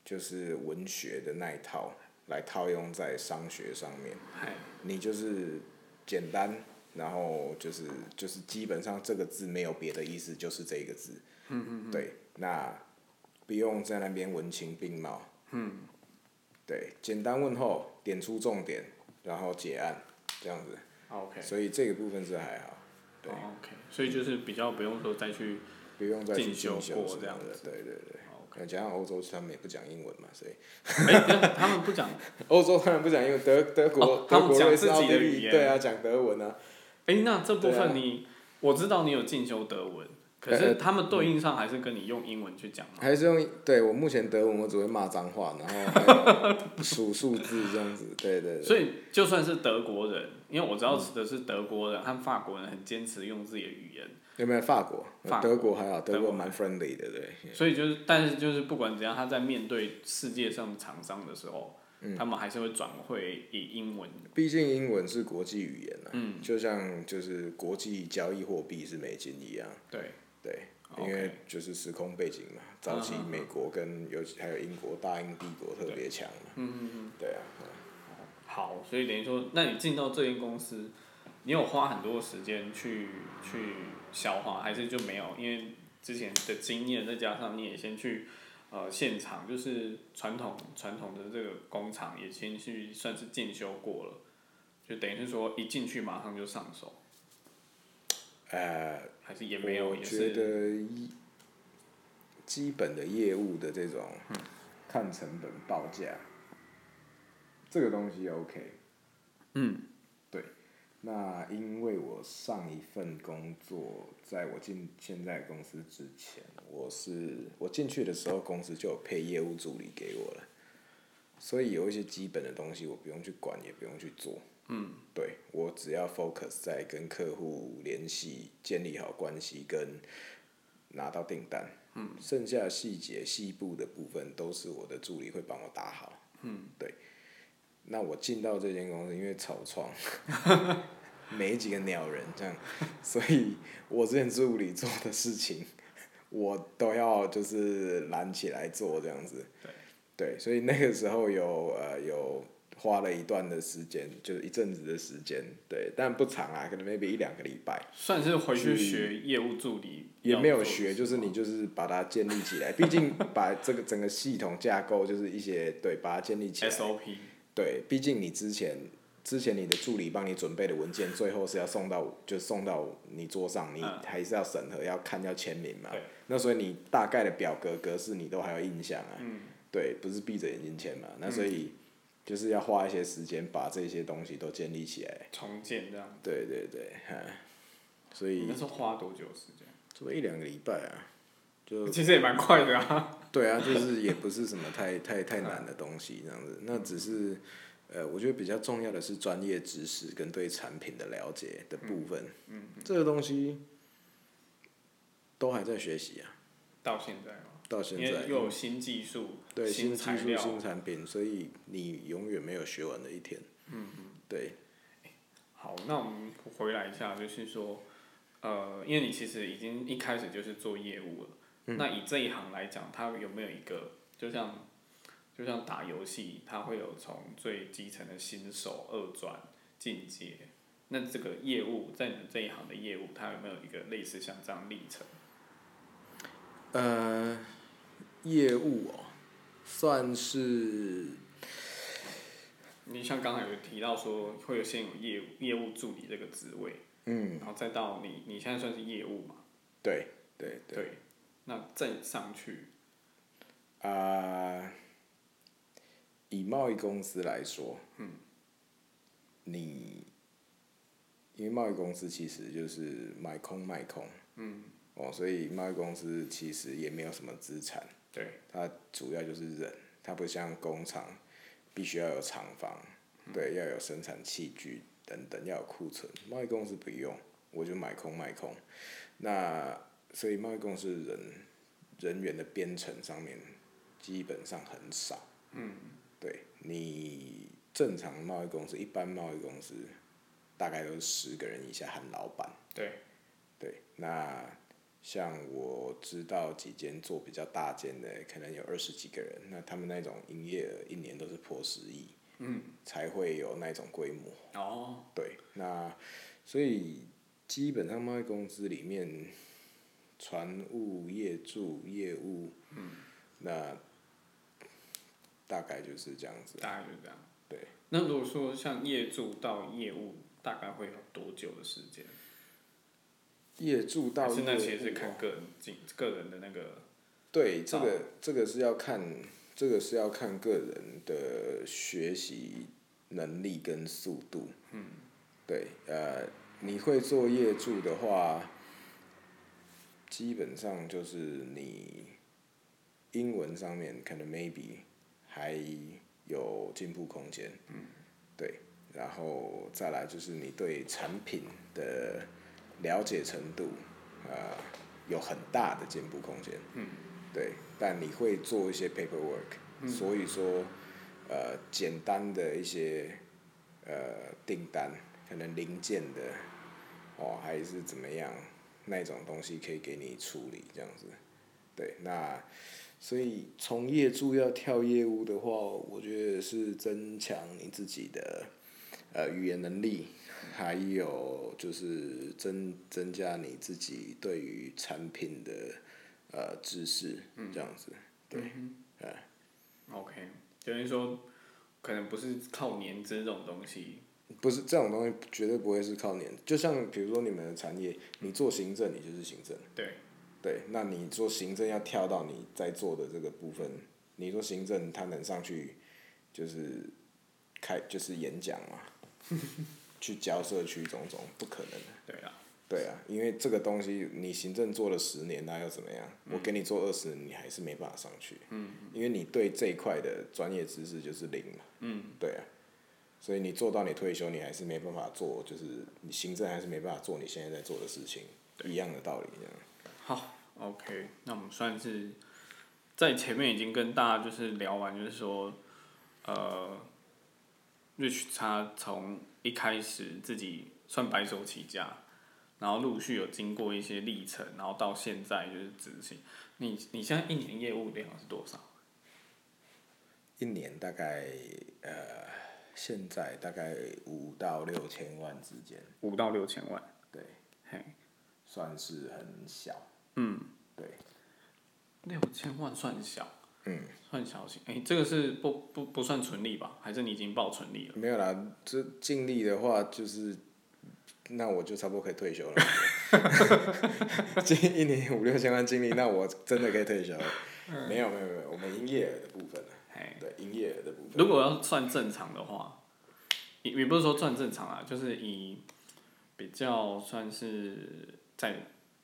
就是文学的那一套来套用在商学上面。嗨，你就是简单，然后就是就是基本上这个字没有别的意思，就是这一个字。嗯嗯对，那不用在那边文情并茂。嗯。对，简单问候，点出重点，然后结案，这样子。啊，OK，所以这个部分是还好，对哦，OK，所以就是比较不用说再去不用再去进修进过修什这样么的。子对对对。哦可能加上欧洲他们也不讲英文嘛，所以哎、等一下他们不讲，欧洲当然不讲英文，德德国、哦他德们国讲瑞士、自己奥的地语利，言对啊，讲德文啊，哎、那这部对分啊你、我知道你有进修德文，可呃是他们对应上还是跟你用英文去讲吗？还是用对我目前德文我只会骂脏话，然后还 有数数字这样子，对对对，所以就算是德国人，因为我知道的是德国人和法国人很坚持用自己的语言，有没有法国？法国德国还好，德国德国蛮 friendly 的，对。所以就是，但是就是不管怎样，他在面对世界上的厂商的时候，嗯他们还是会转会以英文。毕竟英文是国际语言啊，嗯就像就是国际交易货币是美金一样，对，对， OK 因为就是时空背景嘛，早期美国跟尤其还有英国大英帝国特别强嘛，嗯嗯对啊，好，所以等于说，那你进到这间公司，你有花很多时间去去消化，还是就没有？因为之前的经验，再加上你也先去呃现场，就是传统传统的这个工厂也先去算是进修过了，就等于是说一进去马上就上手，呃，还是也没有，我也觉是得一基本的业务的这种看成本报价，这个东西 OK。嗯，对。那因为我上一份工作，在我进现在公司之前，我是我进去的时候，公司就有配业务助理给我了，所以有一些基本的东西我不用去管，也不用去做。对我只要 focus 在跟客户联系、建立好关系跟拿到订单，嗯，剩下细节细部的部分都是我的助理会帮我打好，嗯，对。那我进到这间公司，因为草 创，没几个鸟人这样，所以我之前助理做的事情，我都要就是揽起来做这样子，对。对，所以那个时候有呃有花了一段的时间，就是一阵子的时间，对，但不长啊，可能 maybe 一两个礼拜，算是回去学业务助理，也没有学，就是你就是把它建立起来，毕竟把这个整个系统架构就是一些对，把它建立起来， SOP，对，毕竟你之前之前你的助理帮你准备的文件，最后是要送到就送到你桌上，你嗯还是要审核、要看、要签名嘛对。那所以你大概的表格格式你都还有印象啊。对，不是闭着眼睛签嘛。那所以就是要花一些时间把这些东西都建立起来。重建这样。对对对，哈。所以你那时候花多久时间？做一两个礼拜啊，就其实也蛮快的啊。对啊，就是也不是什么太 太太难的东西这样子，那只是，呃，我觉得比较重要的是专业知识跟对产品的了解的部分，嗯，这个东西都还在学习啊，到现在嘛， 到因现为在，又有新技术、对新技材术、料。新产品，所以你永远没有学完的一天，嗯对，好，那我们回来一下，就是说，呃，因为你其实已经一开始就是做业务了，嗯那以这一行来讲，它有没有一个，就像就像打游戏，它会有从最基层的新手、二转、进阶，那这个业务在你这一行的业务，它有没有一个类似像这样历程？呃，业务哦，算是你像刚才有提到说会有先有业务业务助理这个职位，嗯，然后再到你你现在算是业务嘛？对对对，对，那再上去，啊、以贸易公司来说，嗯，你因为贸易公司其实就是买空卖空，嗯，哦，所以贸易公司其实也没有什么资产，对，它主要就是人，它不像工厂必须要有厂房，对，要有生产器具等等，要有库存。贸易公司不用，我就买空卖空。那所以贸易公司人人员的编程上面基本上很少。嗯，对你正常贸易公司，一般贸易公司大概都是十个人以下含老板。对，对，那像我知道几间做比较大间的，可能有二十几个人，那他们那种营业额一年都是破十亿，嗯，才会有那种规模。哦，对，那所以基本上贸易公司里面，船务、业主、业务，嗯，那大概就是这样子。啊大概就这样。对，那如果说像业主到业务，大概会有多久的时间？业主到还是那业其实是务哦啊看个人进个人的那个，对，这到个这个是要看，这个是要看个人的学习能力跟速度。嗯，对，呃，你会做业助的话，基本上就是你英文上面可能 maybe 还有进步空间。嗯，对，然后再来就是你对产品的了解程度，啊、有很大的进步空间。对，但你会做一些 paperwork，、所以说，呃，简单的一些呃订单，可能零件的，哦，还是怎么样，那种东西可以给你处理这样子。对，那所以从业主要跳业务的话，我觉得是增强你自己的呃语言能力，还有就是增增加你自己对于产品的呃知识，这样子。对， OK，等于说可能不是靠年资这种东西，不是这种东西绝对不会是靠年，就像比如说你们的产业，你做行政，你就是行政。对，对，那你做行政要跳到你在做的这个部分，你说行政他能上去就是开就是演讲嘛， 去教社区种种不可能的。对啊，对啊，因为这个东西你行政做了十年，那又怎么样？我给你做二十年，你还是没办法上去。嗯，因为你对这一块的专业知识就是零嘛。嗯，对啊，所以你做到你退休，你还是没办法做，就是你行政还是没办法做你现在在做的事情，一样的道理这样。好，OK，那我们算是在前面已经跟大家就是聊完，就是说，呃，Rich 他从一开始自己算白手起家，然后陆续有经过一些历程，然后到现在就是执行。你你现在一年业务量是多少？一年大概呃，现在大概五到六千万之间，五到六千万。对，嘿，算是很小。嗯，对，六千万算小，嗯，算小型。哎、这个是不不不算纯利吧？还是你已经报纯利了？没有啦，这尽力的话就是，那我就差不多可以退休了。 尽一年五六千万尽力，那我真的可以退休了。没有没有没有，我们营业额的部分啊，嘿，对营业额的部分，如果要算正常的话，也也不是说算正常啊，就是以比较算是在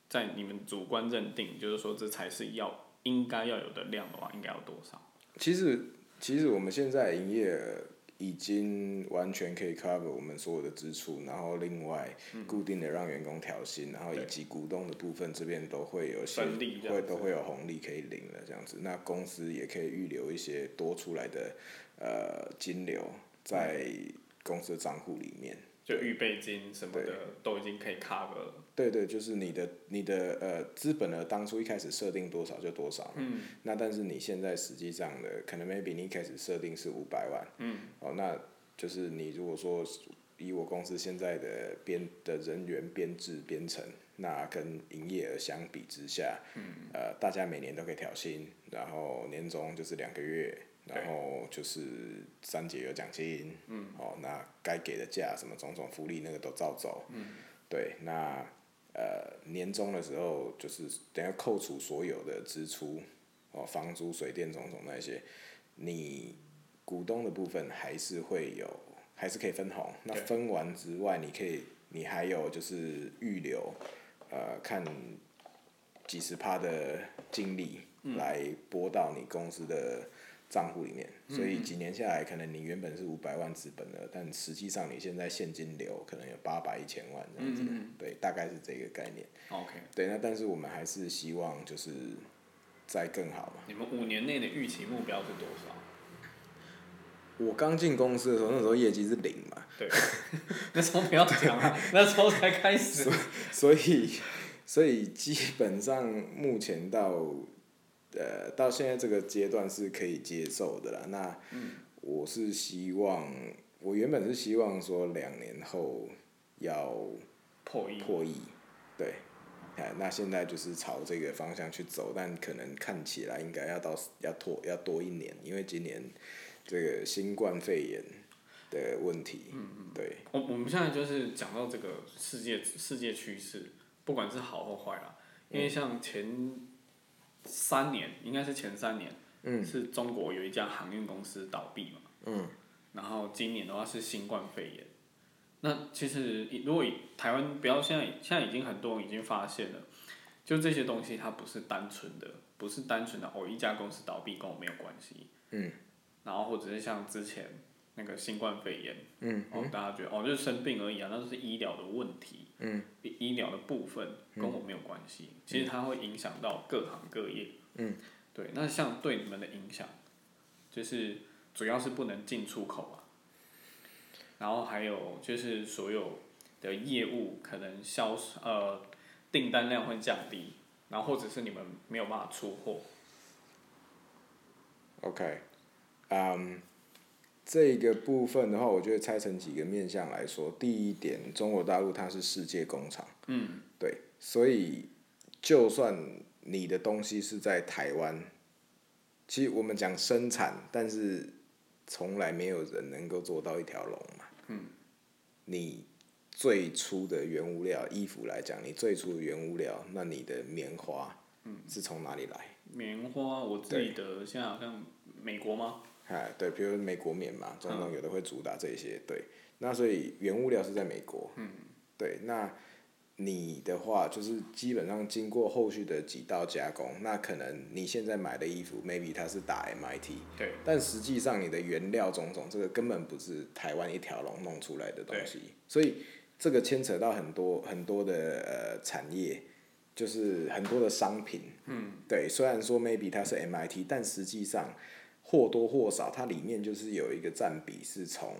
在你们主观认定，就是说这才是要应该要有的量的话，应该要多少？其实其实我们现在营业额已经完全可以 cover 我们所有的支出，然后另外固定的让员工调薪，然后以嗯对及股东的部分这边都会有些分利这样会子都会有红利可以领了这样子。那公司也可以预留一些多出来的呃金流在嗯公司的账户里面。就预备金什么的都已经可以 cover 了。对对，就是你的你的呃资本额当初一开始设定多少就多少嘛，嗯那但是你现在实际上的可能 maybe 你一开始设定是五百万，嗯，哦，那就是你如果说以我公司现在的编的人员编制编程，那跟营业额相比之下，嗯，呃，大家每年都可以调薪，然后年终就是两个月，然后就是三节有奖金，嗯，哦，那该给的假什么种种福利那个都照走，嗯，对，那呃年终的时候就是等下扣除所有的支出，哦，房租、水电种种那些，你股东的部分还是会有，还是可以分红。那分完之外，你可以，你还有就是预留，呃，看几十趴的净利来拨到你公司的账户里面。所以几年下来，可能你原本是五百万资本的，但实际上你现在现金流可能有八百、一千万这样子。对，大概是这个概念。 OK，对，那但是我们还是希望就是再更好嘛。你们五年内的预期目标是多少？ 我刚进公司的时候，那时候业绩是零嘛， 对，那时候不要讲啊，那时候才开始。所以 所以基本上目前到呃到现在这个阶段是可以接受的啦。那我是希望，我原本是希望说两年后要破亿，破亿，对，哎，那现在就是朝这个方向去走，但可能看起来应该要到要拖要多一年，因为今年这个新冠肺炎的问题，对，我我们现在就是讲到这个世界世界趋势，不管是好或坏啦，因嗯为像前三年，应该是前三年，嗯是中国有一家航运公司倒闭嘛，嗯，然后今年的话是新冠肺炎。那其实以如果以台湾不要现在现在已经很多人已经发现了，就这些东西它不是单纯的，不是单纯的哦一家公司倒闭跟我没有关系，嗯，然后或者是像之前那个新冠肺炎。嗯哦，大家觉得哦，就是生病而已啊，那就是医疗的问题，嗯，医疗的部分跟我没有关系。其实它会影响到各行各业，嗯，对。那像对你们的影响，就是主要是不能进出口啊，然后还有就是所有的业务可能销售呃订单量会降低，然后或者是你们没有办法出货， ，OK，嗯、这个部分的话，我就会拆成几个面向来说。第一点，中国大陆它是世界工厂，嗯，对，所以就算你的东西是在台湾，其实我们讲生产，但是从来没有人能够做到一条龙嘛。嗯，你最初的原物料，衣服来讲，你最初的原物料，那你的棉花，嗯，是从哪里来？棉花我记得现在好像美国吗？哎，对，比如美国棉嘛，中东有的会主打这些，对。那所以原物料是在美国，嗯，对。那你的话就是基本上经过后续的几道加工，那可能你现在买的衣服，maybe 它是打 MIT，对，但实际上你的原料种种，这个根本不是台湾一条龙弄出来的东西，所以这个牵扯到很多很多的呃产业，就是很多的商品，嗯，对，虽然说 maybe 它是 MIT，但实际上或多或少它里面就是有一个占比是从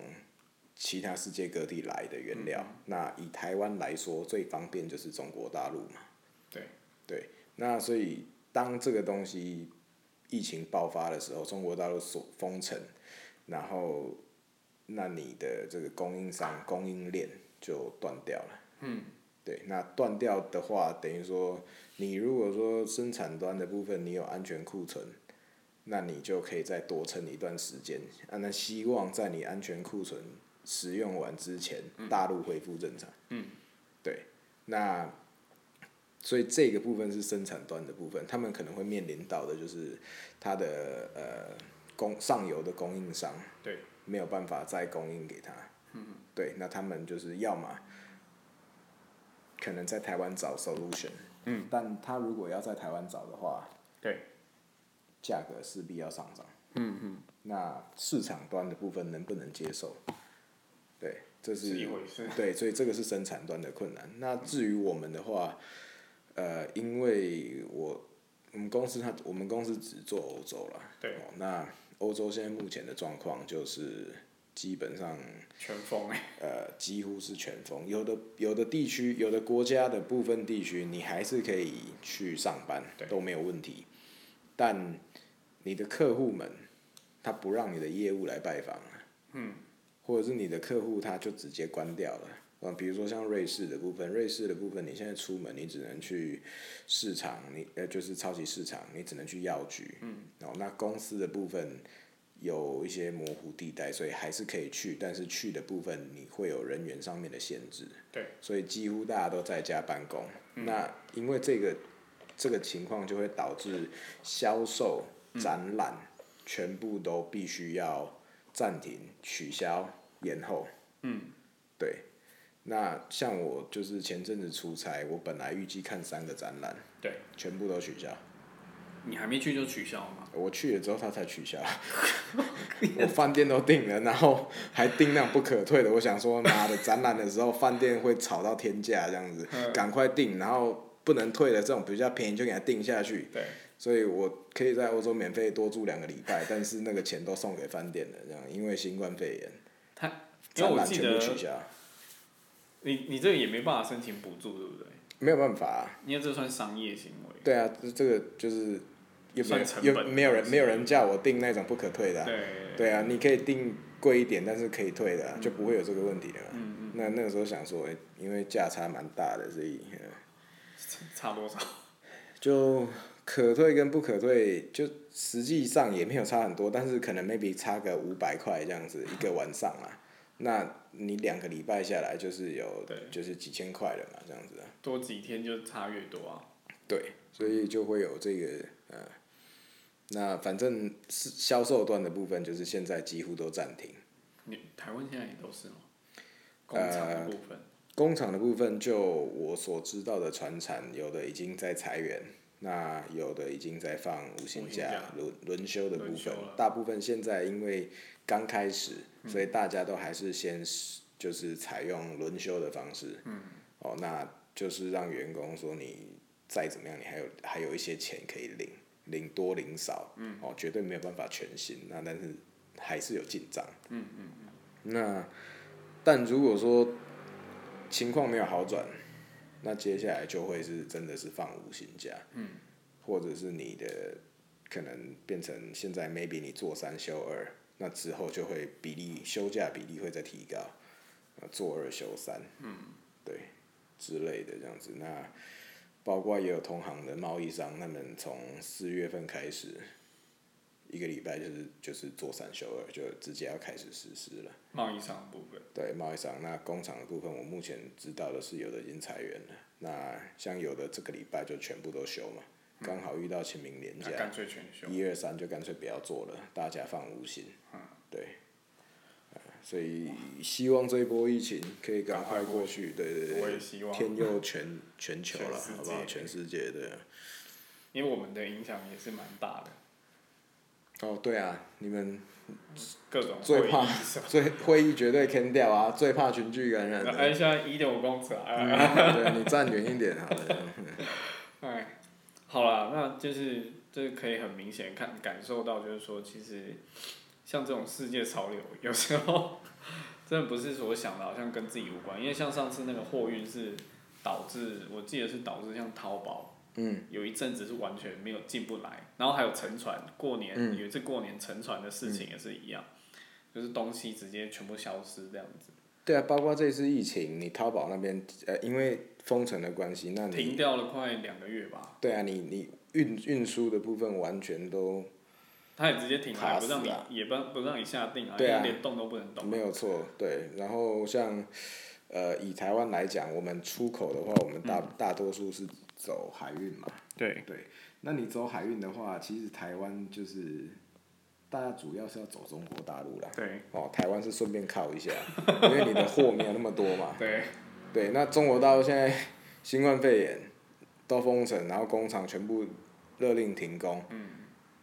其他世界各地来的原嗯料，那以台湾来说最方便就是中国大陆嘛，对对，那所以当这个东西疫情爆发的时候，中国大陆所封城，然后那你的这个供应商供应链就断掉了。嗯，对，那断掉的话，等于说你如果说生产端的部分你有安全库存，那你就可以再多撑一段时间。啊，那希望在你安全库存使用完之前，大陆恢复正常。嗯，对，那所以这个部分是生产端的部分，他们可能会面临到的就是它的呃供上游的供应商对，没有办法再供应给他，嗯，对，那他们就是要么可能在台湾找 solution，嗯，但他如果要在台湾找的话，对，价格势必要上涨，嗯嗯，那市场端的部分能不能接受？对，这是一回事。对，所以这个是生产端的困难。那至于我们的话，呃，因为我我们公司它我们公司只做欧洲啦，对哦，那欧洲现在目前的状况就是基本上全封哎、呃几乎是全封，有的有的地区有的国家的部分地区你还是可以去上班对，都没有问题，但你的客户们他不让你的业务来拜访啊，或者是你的客户他就直接关掉了。嗯，比如说像瑞士的部分，瑞士的部分，你现在出门你只能去市场，你呃就是超级市场，你只能去药局。嗯，哦，那公司的部分有一些模糊地带，所以还是可以去，但是去的部分你会有人员上面的限制。对，嗯所以几乎大家都在家办公。那因为这个这个情况就会导致销售、展览、全部都必须要暂停、取消、延后。嗯，对。那像我就是前阵子出差，我本来预计看三个展览，对，全部都取消。你还没去就取消了吗？我去了之后，他才 取消。 我饭店都订了，然后还订那种不可退的。我想说，妈的，展览的时候饭店会吵到天价这样子，嗯赶快订，然后不能退的这种比较便宜就给他订下去。对，所以我可以在欧洲免费多住两个礼拜，但是那个钱都送给饭店了，这样因为新冠肺炎，他因为展我览记全得部取消，你你这个也没办法申请补助，对不对？没有办法、啊。因为这算商业行为。对啊，这这个就是又没算成有本又的没有人东西没有人叫我订那种不可退的啊、对，对啊，你可以定贵一点，但是可以退的啊、就不会有这个问题了嘛。那那个时候想说，诶因为价差蛮大的，所以、呃差多少？就可退跟不可退，就实际上也没有差很多，但是可能 maybe 差个五百块这样子一个晚上啦。那你两个礼拜下来就是有对就是几千块了嘛，这样子啊。多几天就差越多啊。对，所以就会有这个呃，那反正是销售端的部分，就是现在几乎都暂停。你台湾现在也都是吗？呃工厂的部分，工厂的部分，就我所知道的船产，有的已经在裁员，那有的已经在放无薪无薪假假、轮轮休嗯的部轮休分了。大部分现在因为刚开始，所以大家都还是先是就是采用轮休的方式。嗯。哦，那就是让员工说你再怎么样，你还有还有一些钱可以领，领多领少。嗯。哦，绝对没有办法全薪，那但是还是有进账。嗯嗯嗯。那但如果说情况没有好转，那接下来就会是真的是放无薪假，嗯，或者是你的可能变成现在 maybe 你做三休二，那之后就会比例休假比例会再提高，呃做二休三，嗯，对之类的这样子。那包括也有同行的贸易商，他们从四月份开始。一个礼拜就是就是做三休二，就直接要开始实施了。贸易商的部分，对贸易商，那工厂的部分，我目前知道的是有的已经裁员了。那像有的这个礼拜就全部都休嘛，刚好遇到清明连那假干，脆全休。一二三就干嗯脆不要做了，大家放无薪。对，呃所以希望这一波疫情可以赶快过去。对对我也对，希望，天佑全全球了，全世界好不好？全世界的。因为我们的影响也是蛮大的，哦，对啊，你们各种最怕会议什么 最会议绝对 can 掉啊，最怕群聚感染的。的。嗯哎，现在一点五公尺啊！哎对，你站远一点好了。哎，好啦，那就是这可以很明显看感受到，就是说，其实像这种世界潮流，有时候 真的不是所想的，好像跟自己无关。因为像上次那个货运是导致，我记得是导致像淘宝嗯。有一阵子是完全没有进不来，然后还有沉船，过年、嗯有一次过年沉船的事情也是一样，就是东西直接全部消失这样子，对啊，包括这次疫情，你淘宝那边呃，因为封城的关系，那停你掉了快两个月吧，对啊，你你运运输的部分完全都他也直接停卡了，死不让你啊也不不让你下定啊，对啊因为连动都不能动。没有错，对。然后像呃，以台湾来讲，我们出口的话，我们大、大多数是走海运嘛，对，对。那你走海运的话，其实台湾就是大家主要是要走中国大陆啦。对，哦，台湾是顺便靠一下，因为你的货没有那么多嘛。对，对，那中国大陆现在 新冠肺炎都封城，然后工厂全部勒令停工。嗯。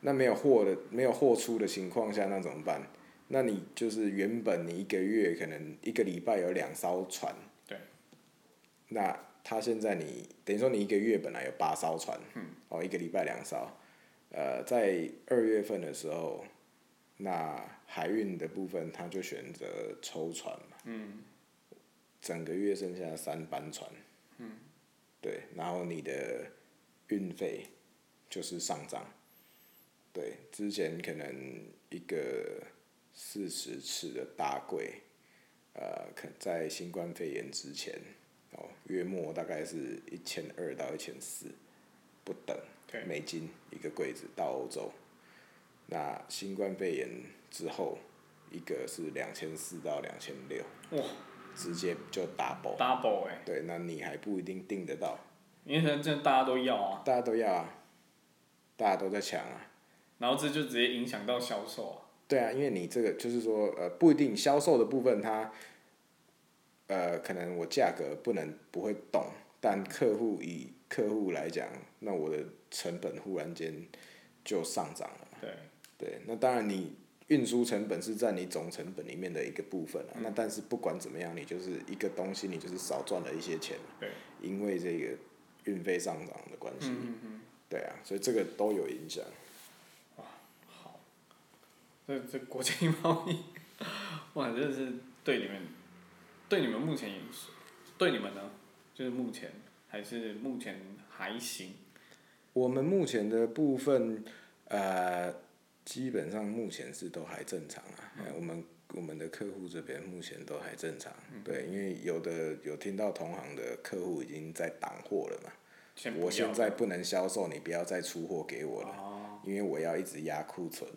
那没有货的、没有货出的情况下，那怎么办？那你就是原本你一个月可能一个礼拜有两艘船。对。那他现在你等于说你一个月本来有八艘船，哦，一个礼拜两艘，呃，在二月份的时候，那海运的部分他就选择抽船嘛，整个月剩下三班船，嗯，对，然后你的运费就是上涨，对，之前可能一个四十尺的大柜，呃，可在新冠肺炎之前，哦，月末大概是一千二到一千四不等对美金一个柜子到欧洲，那新冠肺炎之后，一个是两千四到两千六，哇直接就 double。 ，double 哎、对，那你还不一定订得到，因为现在真的大家都要啊，大家都要啊，大家都在抢啊。然后这就直接影响到销售啊。对啊，因为你这个就是说，呃，不一定销售的部分它，呃，可能我价格不能不会动，但客户以客户来讲，那我的成本忽然间就上涨了。对，对，那当然你运输成本是在你总成本里面的一个部分啊。嗯那但是不管怎么样，你就是一个东西，你就是少赚了一些钱。对，因为这个运费上涨的关系。嗯嗯嗯，对啊，所以这个都有影响。好，这这国际 贸易，哇，真的是对你们，对你们目前也是，对你们呢，就是目前还是目前还行，我们目前的部分，呃，基本上目前是都还正常啊。嗯呃我们我们的客户这边目前都还正常，嗯对，因为有的有听到同行的客户已经在挡货了嘛。先不我现要。在不能销售，你不要再出货给我了，哦，因为我要一直压库存。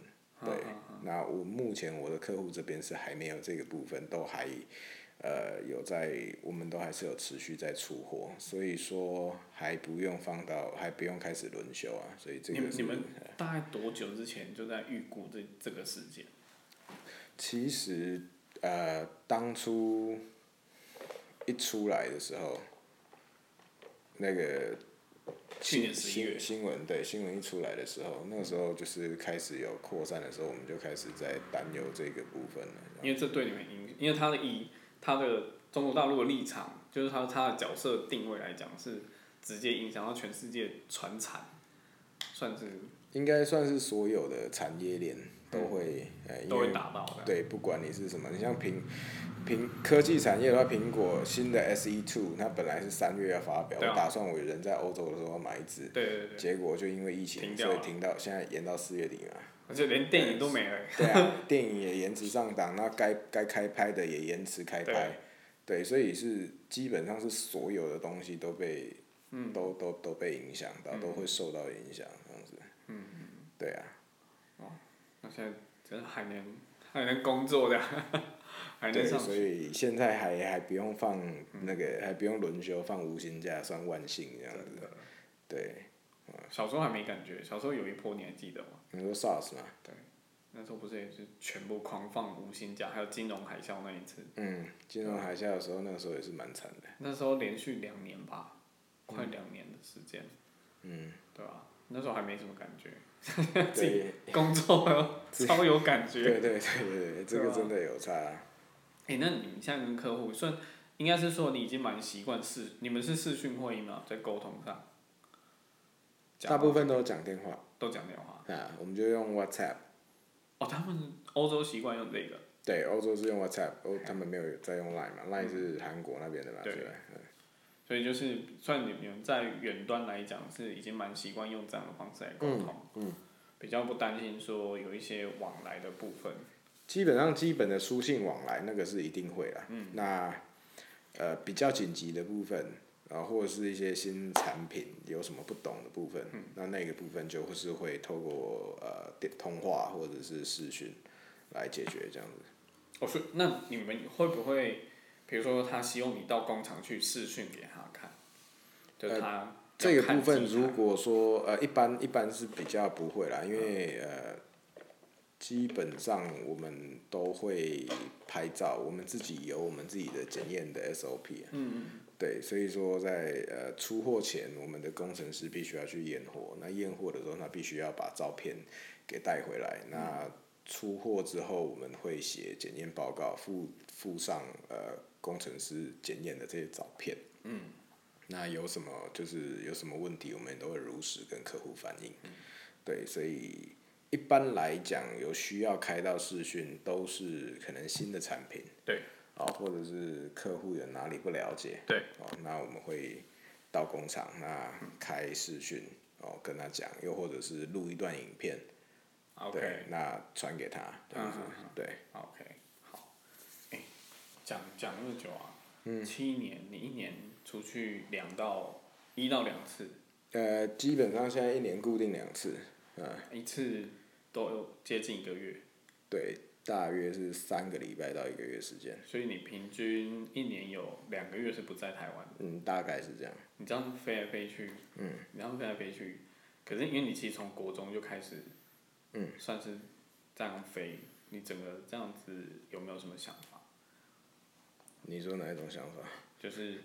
对嗯嗯，那我目前我的客户这边是还没有这个部分，都还呃有在，我们都还是有持续在出货，所以说还不用放到，还不用开始轮休啊，所以这你个们是你们大概多久之前就在预估这这个事件？其实呃当初一出来的时候，那个去年十一新月，新闻对新闻一出来的时候，那个时候就是开始有扩散的时候，我们就开始在担忧这个部分了。因为这对你们影，因为他的以他的中国大陆的立场，就是他他的角色定位来讲，是直接影响到全世界传产，算是应该算是所有的产业链都会，呃、因嗯都会为打到的。对，不管你是什么，你像苹苹科技产业的话，苹果新的 S E Two，它本来是三月要发表，对啊我打算我人在欧洲的时候买一支，对对对，结果就因为疫停情，掉所以了停到现在延到四月底嘛。而且连电影都没了。对啊，电影也延迟上档，那该该开拍的也延迟开拍，对，所以是基本上是所有的东西都被，嗯都都都被影响到，都会受到影响这样子，嗯，对啊。那现在真的还能还能工作的，还能对，上嗯所以现在还还不用放那个，还不用轮休，放无薪假算万幸这样子。对，小时候还没感觉，小时候有一波你还记得吗？你说 SARS 嘛，那时候不是也是全部狂放无薪假，还有金融海啸那一次，嗯，金融海啸的时候，那个时候也是蛮惨的。那时候连续两年吧，快两年的时间，嗯，对吧、啊那时候还没什么感觉， 自己对，工作了超有感 觉。对对对对对，这啊个真的有差。哎、那你们现在跟客户算，应该是说你已经蛮习惯视，你们是视讯会议吗？在沟通上，讲大部分都讲电话都讲电话。啊，我们就用 WhatsApp。哦，他们欧洲习惯用这个。对，欧洲是用 WhatsApp，欧他们没有在用 Line 嘛，Line 是韩国那边的嘛，嗯对对吧？所以就是，算你们在远端来讲是已经蛮习惯用这样的方式来沟通，嗯，比较不担心说有一些往来的部分，基本上基本的书信往来那个是一定会啦。那呃比较紧急的部分，啊、或者是一些新产品有什么不懂的部分，那那个部分就是会透过呃电通话或者是视讯来解决这样子。我说，哦那你们会不会，比如说他希望你到工厂去试训给他看，就他要看呃这个部分机台如果说呃一般一般是比较不会啦，因为呃基本上我们都会拍照，我们自己有我们自己的检验的 SOP、嗯对，所以说在呃出货前，我们的工程师必须要去验货。那验货的时候，他必须要把照片给带回来。那出货之后，我们会写检验报告，附附上呃工程师检验的这些照片。那有什么就是有什么问题，我们都会如实跟客户反映。嗯对，所以一般来讲，有需要开到视讯，都是可能新的产品对啊、或者是客户有哪里不了解对，哦，那我们会到工厂那开视讯哦，跟他讲，又或者是录一段影片对 OK，，那传给他，这样子嗯对。 OK，好，哎、讲讲那么久啊，嗯七年，你一年出去两到一到两次，呃，基本上现在一年固定两次，一次都有接近一个月，对，大约是三个礼拜到一个月时间，所以你平均一年有两个月是不在台湾的。嗯，大概是这样。你这样飞来飞去，嗯，你这样飞来飞去，可是因为你其实从国中就开始，嗯，算是这样飞，你整个这样子有没有什么想法？你说哪一种想法？就是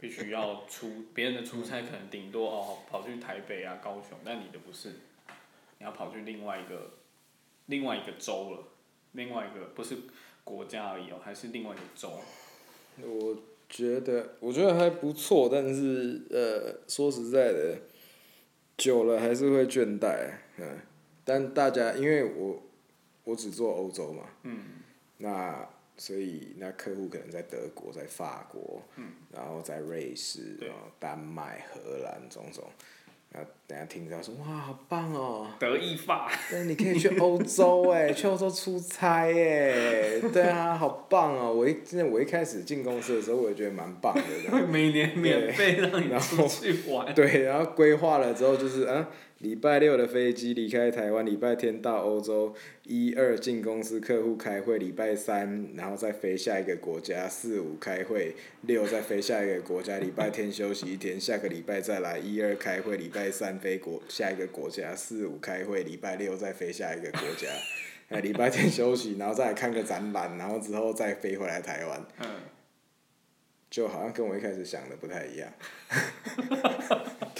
必须要出 别人的出差，可能顶多哦跑去台北啊、高雄，但你的不是，你要跑去另外一个另外一个州了，另外一个不是国家而已哦，还是另外一个州。我觉得我觉得还不错，但是呃，说实在的，久了还是会倦怠，嗯。但大家因为我我只做欧洲嘛，嗯，那所以那客户可能在德国、在法国，嗯，然后在瑞士、对然后丹麦、荷兰种种。那等下听到说哇，好棒哦！德意法， 但你可以去欧洲哎、去欧洲出差哎、对啊，好棒哦！我一真的我一开始进公司的时候，我也觉得蛮棒的这样。每年免费让你然出去玩。对，然后规划了之后就是啊，礼拜六的飞机离开台湾，礼拜天到欧洲，一二进公司客户开会，礼拜三然后再飞下一个国家，四五开会，六再飞下一个国家，礼拜天休息一天，下个礼拜再来一二开会，礼拜三飞国下一个国家，四五开会，礼拜六再飞下一个国家。哎，礼拜天休息，然后再来看个展览，然后之后再飞回来台湾，嗯。就好像跟我一开始想的不太一样。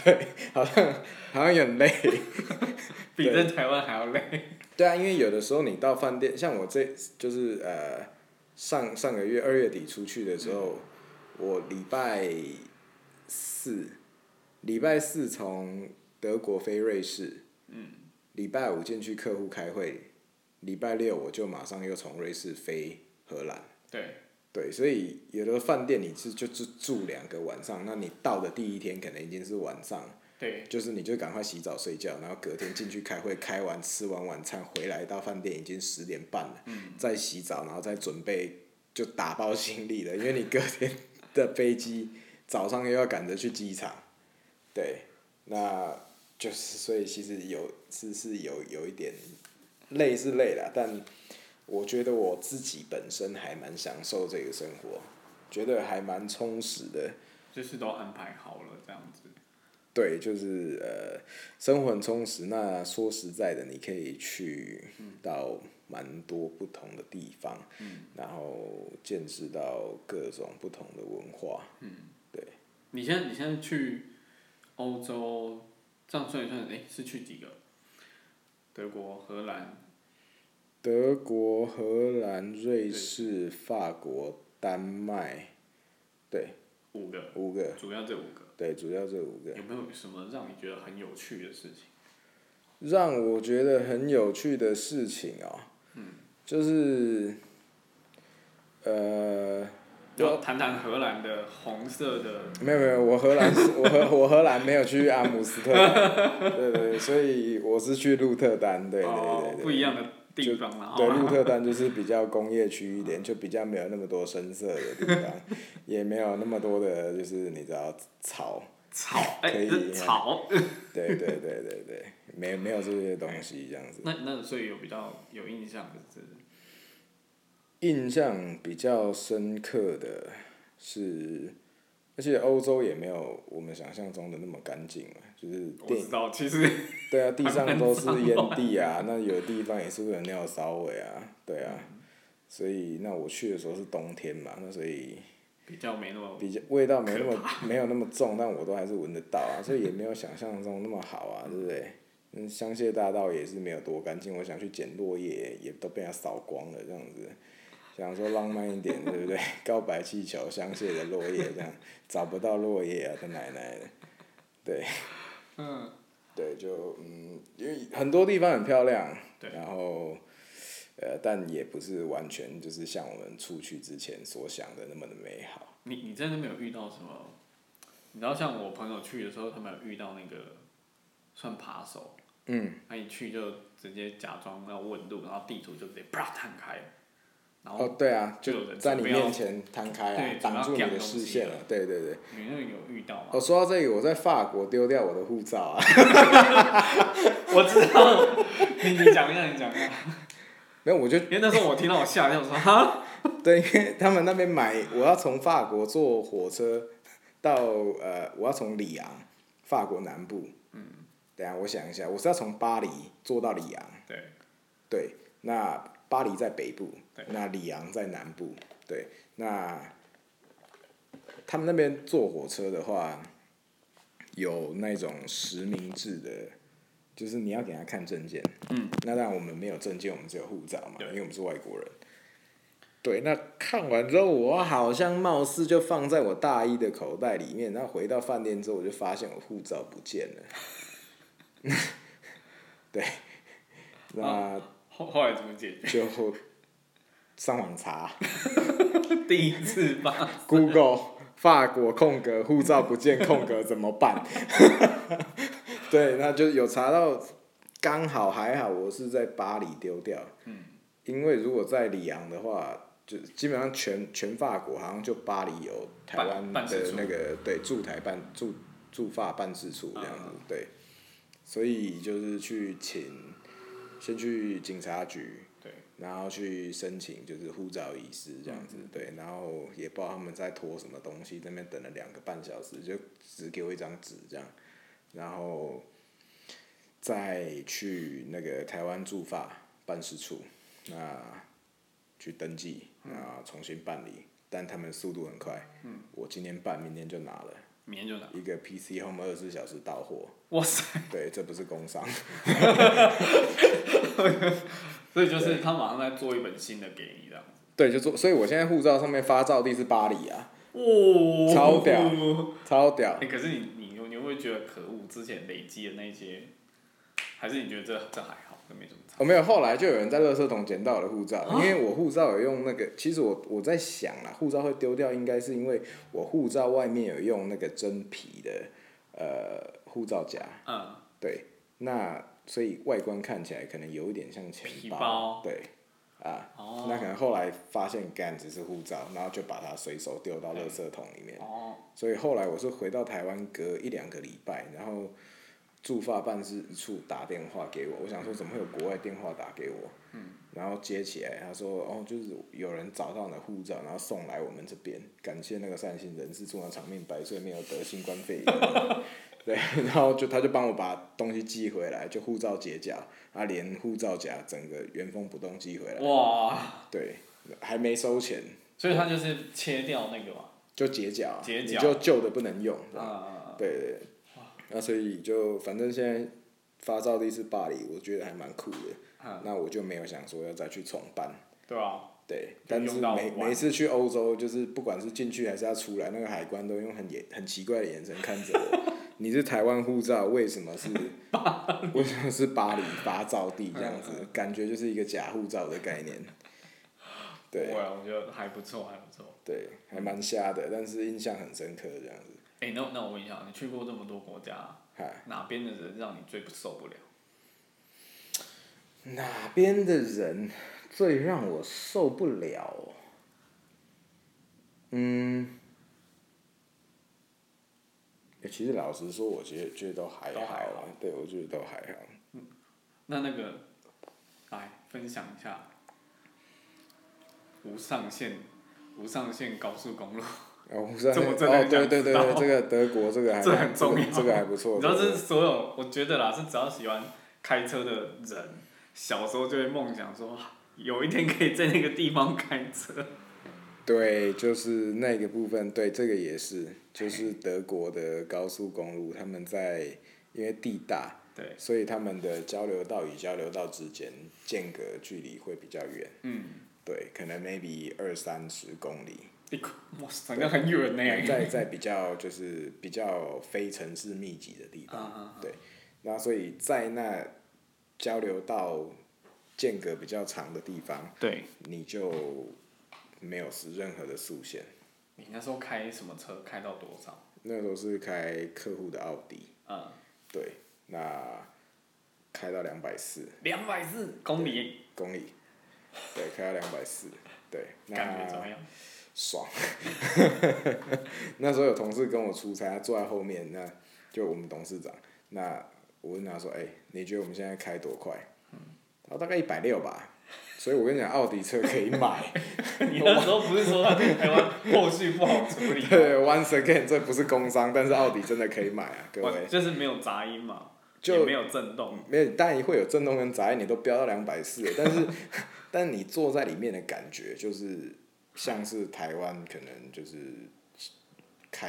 对，好像好像有点累。比在台湾还要累。对啊，因为有的时候你到饭店，像我这就是呃上上个月二月底出去的时候，我礼拜四礼拜四从德国飞瑞士，嗯，礼拜五进去客户开会，礼拜六我就马上又从瑞士飞荷兰。对，对，所以有的饭店你是就住住两个晚上，那你到的第一天可能已经是晚上，对，就是你就赶快洗澡睡觉，然后隔天进去开会，开完吃完晚餐回来到饭店已经十点半了，再洗澡，然后再准备就打包行李了，因为你隔天的飞机早上又要赶着去机场，对，那就是所以其实有是是有有一点累是累了，但我觉得我自己本身还蛮享受这个生活，觉得还蛮充实的。就是都安排好了这样子。对，就是呃，生活很充实。那说实在的，你可以去到蛮多不同的地方，嗯然后见识到各种不同的文化。嗯你现在你现在去欧洲，这样算一算，哎、是去几个？德国、荷兰、德国、荷兰、瑞士、法国、丹麦，对，五个，五个，主要这五个，对，主要这五个。有没有什么让你觉得很有趣的事情？让我觉得很有趣的事情哦、就是呃。就谈谈荷兰的红色的，没有没有，我荷兰 是，我荷我荷兰没有去阿姆斯特丹，对对对，所以我是去鹿特丹，对对哦对，对。不一样的地方哦然对，后鹿特丹就是比较工业区一点，就比较没有那么多深色的地 方，也没有那么多的，就是你知道草，草，哎、可以这草，对对对对对， 没没有这些东西这样子。那那所以有比较有印象的是，印象比较深刻的是，而且欧洲也没有我们想象中的那么干净嘛，就是我电知道，其实对啊，地上都是烟蒂啊，那有地方也是会有尿骚味啊，对啊，所以那我去的时候是冬天嘛，那所以比较没那么比较味道没那么没有那么重，但我都还是闻得到啊，所以也没有想象中那么好啊，对不对？嗯，香榭大道也是没有多干净，我想去捡落叶也都被它扫光了，这样子，想说浪漫一点，对不对？ 告白气球、香榭的落叶这样，找不到落叶啊，他奶奶的，对。嗯，对，就嗯，因为很多地方很漂亮，对然后呃，但也不是完全就是像我们出去之前所想的那么的美好。你你在那边有遇到什么？你知道像我朋友去的时候，他们有遇到那个算扒手，嗯，那一去就直接假装要问路，然后地图就直接啪摊开，然后哦，对啊，就有就人在你不要面前摊开啊对，挡住你不要讲东的西视线了了。对对对。你那个有遇到吗？哦，说到这个，我在法国丢掉我的护照啊。 我知道， 你你讲一下，你讲一下。没有，我就因为那时候我听到我吓一跳，我说哈，对，因为他们那边买，我要从法国坐火车到呃，我要从里昂，法国南部。嗯。等一下，我想一下，我是要从巴黎坐到里昂，对，对，那巴黎在北部对，那里昂在南部，对，那他们那边坐火车的话，有那种实名制的，就是你要给他看证件，嗯，那当然我们没有证件，我们只有护照嘛，对因为我们是外国人。对，那看完之后，我好像貌似就放在我大衣的口袋里面。那回到饭店之后，我就发现我护照不见了。 对，啊那、后后来怎么解决？就上网查 第一次吧， Google 法国空格护照不见空格怎么办？ 对，那就有查到，刚好还好我是在巴黎丢掉，嗯，因为如果在里昂的话。就基本上全全法国好像就巴黎有台湾办办事的处那个对驻台办驻驻法办事处这样子、啊对，所以就是去请先去警察局，对，然后去申请就是护照遗失这样子，对，然后也不知道他们在拖什么东西，在那边等了两个半小时，就只给我一张纸这样，然后再去那个台湾驻法办事处那去登记，那重新办理，但他们速度很快，嗯，我今天办，明天就拿了明天就拿。一个 PC Home 二十四小时到货，哇塞！对，这不是工伤，所以就是他马上再做一本新的给你这样。对，就做，所以我现在护照上面发照地是巴黎啊，哦超屌超屌。哎、可是你你你会不会觉得可恶？之前累积的那些，还是你觉得这这还好，这没什么差？我、没有，后来就有人在垃圾桶捡到我的护照，因为我护照有用那个，其实我我在想啦，护照会丢掉，应该是因为我护照外面有用那个真皮的呃护照夹，嗯，对，那所以外观看起来可能有一点像钱皮包，包对，啊，哦那可能后来发现干只是护照，然后就把它随手丢到垃圾桶里面，哦，所以后来我是回到台湾隔一两个礼拜，然后驻发办事处打电话给我，我想说怎么会有国外电话打给我？嗯，然后接起来，他说哦，就是有人找到你的护照，然后送来我们这边，感谢那个善心人士，祝他长命百岁，没有得新冠 肺炎。对， 然后就他就帮我把东西寄回来，就护照结夹，他连护照夹整个原封不动寄回来，哇！对，还没收钱所以他就是切掉那个嘛，就结缴啊，结你缴就旧的不能用，这样啊、对对，对那所以就反正现在发照地是巴黎，我觉得还蛮酷的嗯。那我就没有想说要再去重办，对啊，对。就但用是到每完每次去欧洲，就是不管是进去还是要出来，那个海关都用很眼很奇怪的眼神看着我。你是台湾护照，为 什么是为什么是巴黎发照地这样子？嗯感觉就是一个假护照的概念。对不会啊，我觉得还不错，还不错。对，还蛮瞎的，但是印象很深刻这样子。哎、那那我问一下，你去过这么多国家，嗨。哪边的人让你最不受不了？哪边的人最让我受不了哦、嗯，欸其实老实说，我觉得觉得都还都好还啊，对我觉得都还好。那那个，来分享一下无上限无上限高速公路，哦，我知道这那我个真的哦很，对想对对知道对，这个德国这个还这蛮很重个要这个还不错。你知道，这这是个所有我觉得啦，是只要喜欢开车的人，小时候就会梦想说，啊有一天可以在那个地方开车。对，就是那个部分，对，这个也是，就是德国的高速公路，他们在因为地大，对，所以他们的交流道与交流道之间间隔距离会比较远，嗯，对，可能 maybe 二三十公里，你哇塞，那很远呢。在在比较就是比较非城市密集的地啊方，啊，对，那所以在那交流道间隔比较长的地方，对，你就没有是任何的速限。你那时候开什么车？开到多少？那时候是开客户的奥迪，嗯，对，那开到两百四两百四公里。公里，对，开到两百四，对，啊那感觉怎么样？ 爽。 那时候有同事跟我出差，他坐在后面，那就我们董事长。那我问他说：“哎、你觉得我们现在开多快？”他说大概一百六吧。所以我跟你讲，奥迪车可以买。？你那时候不是说他在台湾后续不好处理对，once again，这不是工伤，但是奥迪真的可以买啊，各位。就是没有杂音嘛，就也没有震动。没有，当然会有震动跟杂音，你都飙到两百四，但是但你坐在里面的感觉就是像是台湾可能就是开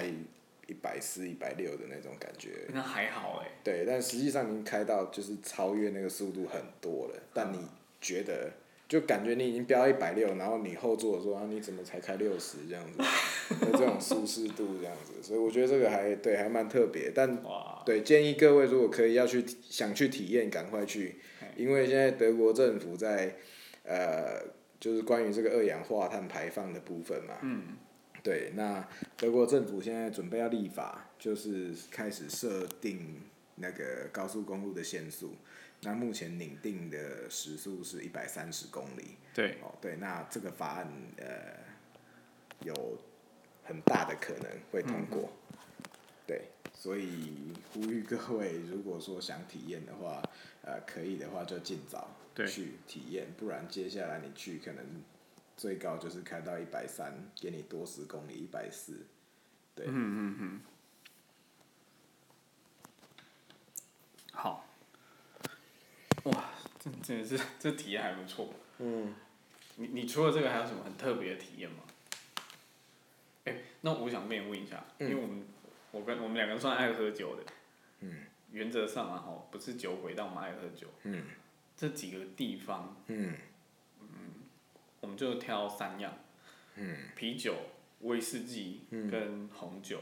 一百四、一百六的那种感觉，那还好哎、对，但实际上已经开到就是超越那个速度很多了，但你觉得就感觉你已经飙到一百六，然后你后座说啊你怎么才开六十这样子，的这种舒适度这样子，所以我觉得这个还对还蛮特别，但哇，对，建议各位如果可以要去体想去体验，赶快去，因为现在德国政府在呃，就是关于这个二氧化碳排放的部分嘛。嗯，对，那德国政府现在准备要立法，就是开始设定那个高速公路的限速。那目前拟定的时速是一百三十公里。对，哦，对，那这个法案呃有很大的可能会通过，嗯对，所以呼吁各位，如果说想体验的话，呃，可以的话就尽早对去体验，不然接下来你去可能最高就是开到一百三，给你多十公里，一百四，好。哇，这真的是这体验还不错。嗯，你你除了这个还有什么很特别的体验吗？哎、那我想跟你问一下，因嗯为我们我跟我们两个算爱喝酒的，嗯，原则上啊，哈，不是酒鬼，但我们爱喝酒，嗯，这几个地方嗯我们就挑三样，嗯，啤酒、威士忌跟红酒，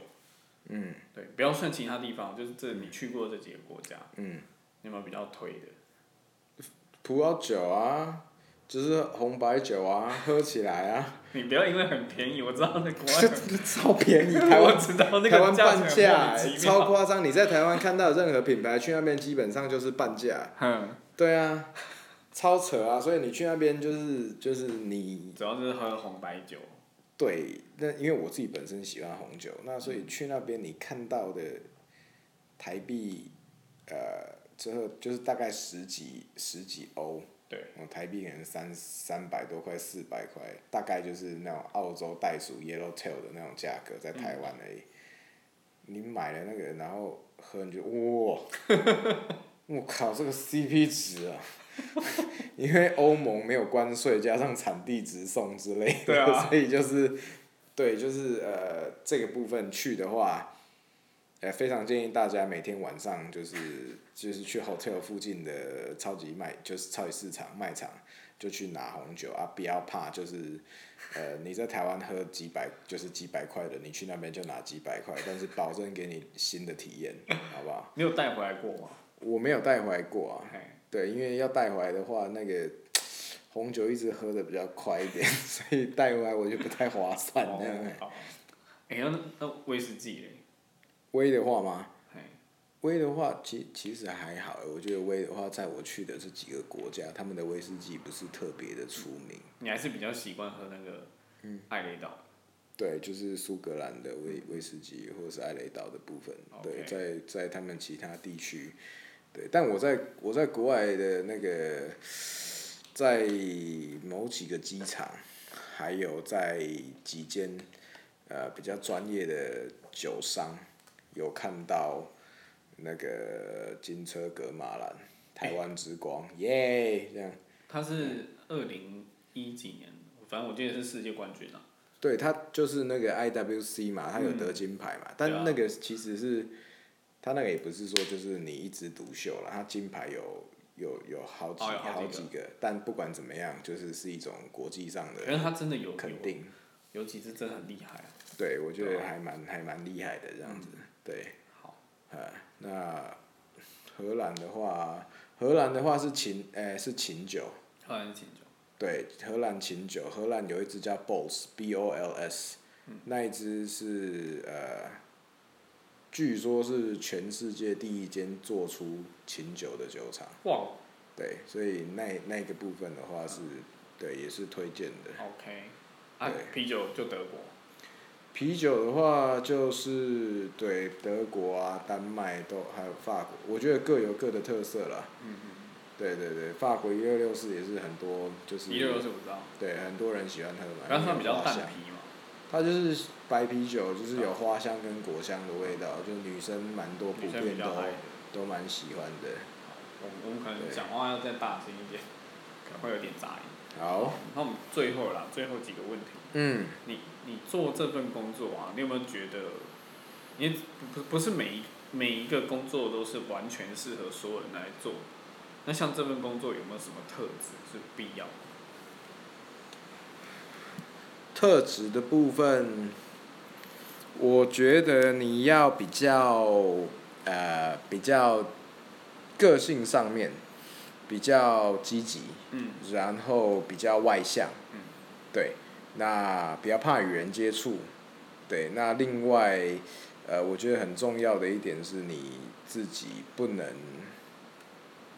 嗯对，不要算其他地方，就是这你去过这几个国家，嗯，你有没有比较推的？葡萄酒啊，就是红白酒啊，喝起来啊，你不要因为很便宜， 我知道在国外很，这 超便宜，台 湾我知道那台个湾半价、价钱哎欸很莫名其妙超，夸张！你在台湾看到任何品牌去那边基本上就是半价，哼，对啊，超扯啊！所以你去那边就是就是你主要就是喝红白酒，对，那因为我自己本身喜欢红酒，那所以去那边你看到的台币，呃，之后就是大概十几十几欧，对，然后台币可能三三百多块、四百块，大概就是那种澳洲袋鼠 yellow tail 的那种价格，在台湾而已。你买了那个，然后喝你就哇，我靠，这个 CP 值啊！ 因为欧盟没有关税，加上产地直送之类的，对啊 所以就是对，就是呃，这个部分去的话。呃，非常建议大家每天晚上就是就是去 hotel 附近的超级卖，就是超级市场卖场，就去拿红酒啊，不要怕，就是呃你在台湾喝几百就是几百块的，你去那边就拿几百块，但是保证给你新的体验，好不好？你有带回来过吗？ 我没有带回来过啊，嘿，对，因为要带回来的话，那个红酒一直喝的比较快一点，所以带回来我就不太划算这样。哦好哎，那那威士忌嘞，威的话吗？嘿，威的话，其其实还好，我觉得威的话，在我去的这几个国家，他们的威士忌不是特别的出名。你还是比较习惯喝那个嗯艾雷岛，对，就是苏格兰的威威士忌或者是艾雷岛的部分。对， OK 在在他们其他地区，对，但我在我在国外的那个，在某几个机场，还有在几间呃比较专业的酒商，有看到那个金车格马兰。台湾之光，耶！这样，它是二零一几年，反正我记得是世界冠军啊。对他就是那个 IWC 嘛，他有得金牌嘛，对啊但那个其实是他那个也不是说就是你一枝独秀了，他金牌有有有好几、哦有好几个好几个，但不管怎么样，就是是一种国际上可是的他真的有肯定，有，有几支真的很厉害、啊。对我觉对得啊嗯还蛮还蛮厉害的这样子，对，好，啊，那荷兰的话，荷兰的话是琴，哎、是琴酒，荷兰琴酒，对，荷兰琴酒，荷兰有一支叫 Bols B O L S，、那一支是呃，据说是全世界第一间做出琴酒的酒厂，哇，对，所以那那个部分的话是对，也是推荐的。 OK，啊对，啤酒就德国，啤酒的话，就是对德国啊、丹麦都还有法国，我觉得各有各的特色啦。嗯对对对，法国一六六四也是很多，就是一六六是我知道，对很多人喜欢喝嘛，然后它因为比较花淡香啤嘛，它就是白啤酒，就是有花香跟果香的味道，就女生蛮多普女生比遍较爱。都都蛮喜欢的。我我们可能对讲话要再大声一点，可能会有点杂音。好，那我们最后啦，最后几个问题，嗯，你你做这份工作啊，你有没有觉得，因为不不是每一每一个工作都是完全适合所有人来做的，那像这份工作有没有什么特质是必要的？特质的部分，我觉得你要比较呃比较个性上面比较积极，嗯，然后比较外向，嗯对，那比较怕与人接触，对，那另外，呃，我觉得很重要的一点是你自己不能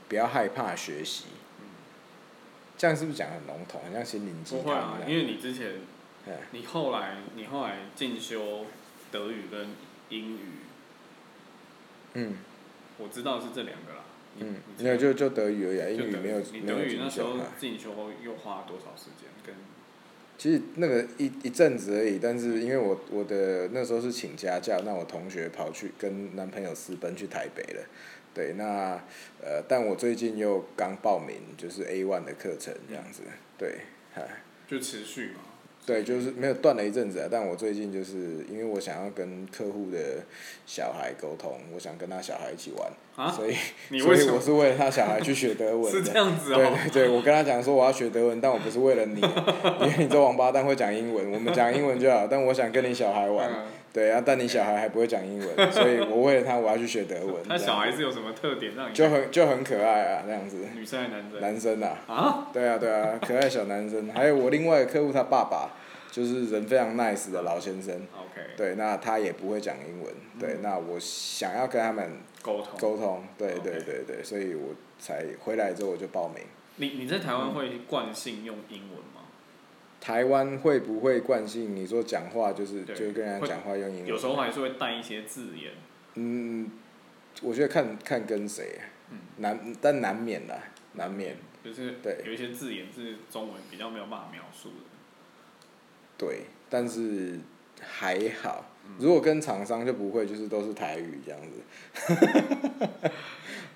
不要害怕学习，这样是不是讲得很笼统，很像心灵鸡嗯不汤会啊，哎那因样？为你之前嗯你后来你后来进修德语跟英语，嗯我知道是这两个啦。你嗯，你没有知道就就德语而已啊，就英语德没有你没德有语那时进修候啊。进修又花了多少时间？跟其实那个一一阵子而已，但是因为我我的那时候是请家教，那我同学跑去跟男朋友私奔去台北了，对，那呃，但我最近又刚报名就是 A one 的课程这样子，对，嗨，就持续嘛。对，就是没有断了一阵子啊，但我最近就是因为我想要跟客户的小孩沟通，我想跟他小孩一起玩，啊，所以 你所为以什我么是为了他小孩去学德文 是的这。样子对哦？对对，我跟他讲说我要学德文，但我不是为 了你，因为你这王八蛋会讲英文，我们讲英文就好。但我想跟你小孩玩，嗯对啊，但你小孩还不会讲英文，所以我为了他我要去学德文。他这样小孩子有什么特点让你就很就很可爱啊，这样子，女生还男生男生啊，啊？对啊对啊，可爱小男生。还有我另外一个客户他爸爸，就是人非常 nice 的老先生， OK，对，那他也不会讲英文，嗯对，那我想要跟他们沟通。沟通，对 OK 对对对，所以我才回来之后我就报名。你你在台湾嗯会惯性用英文吗？台湾会不会惯性？你说讲话就是对就跟人家讲话用英有文？时候还是会带一些字眼。嗯，我觉得看看跟谁，啊嗯难但难免啦，难免。就是对有一些字眼是中文比较没有办法描述的。对，但是还好。嗯如果跟厂商就不会，就是都是台语这样子。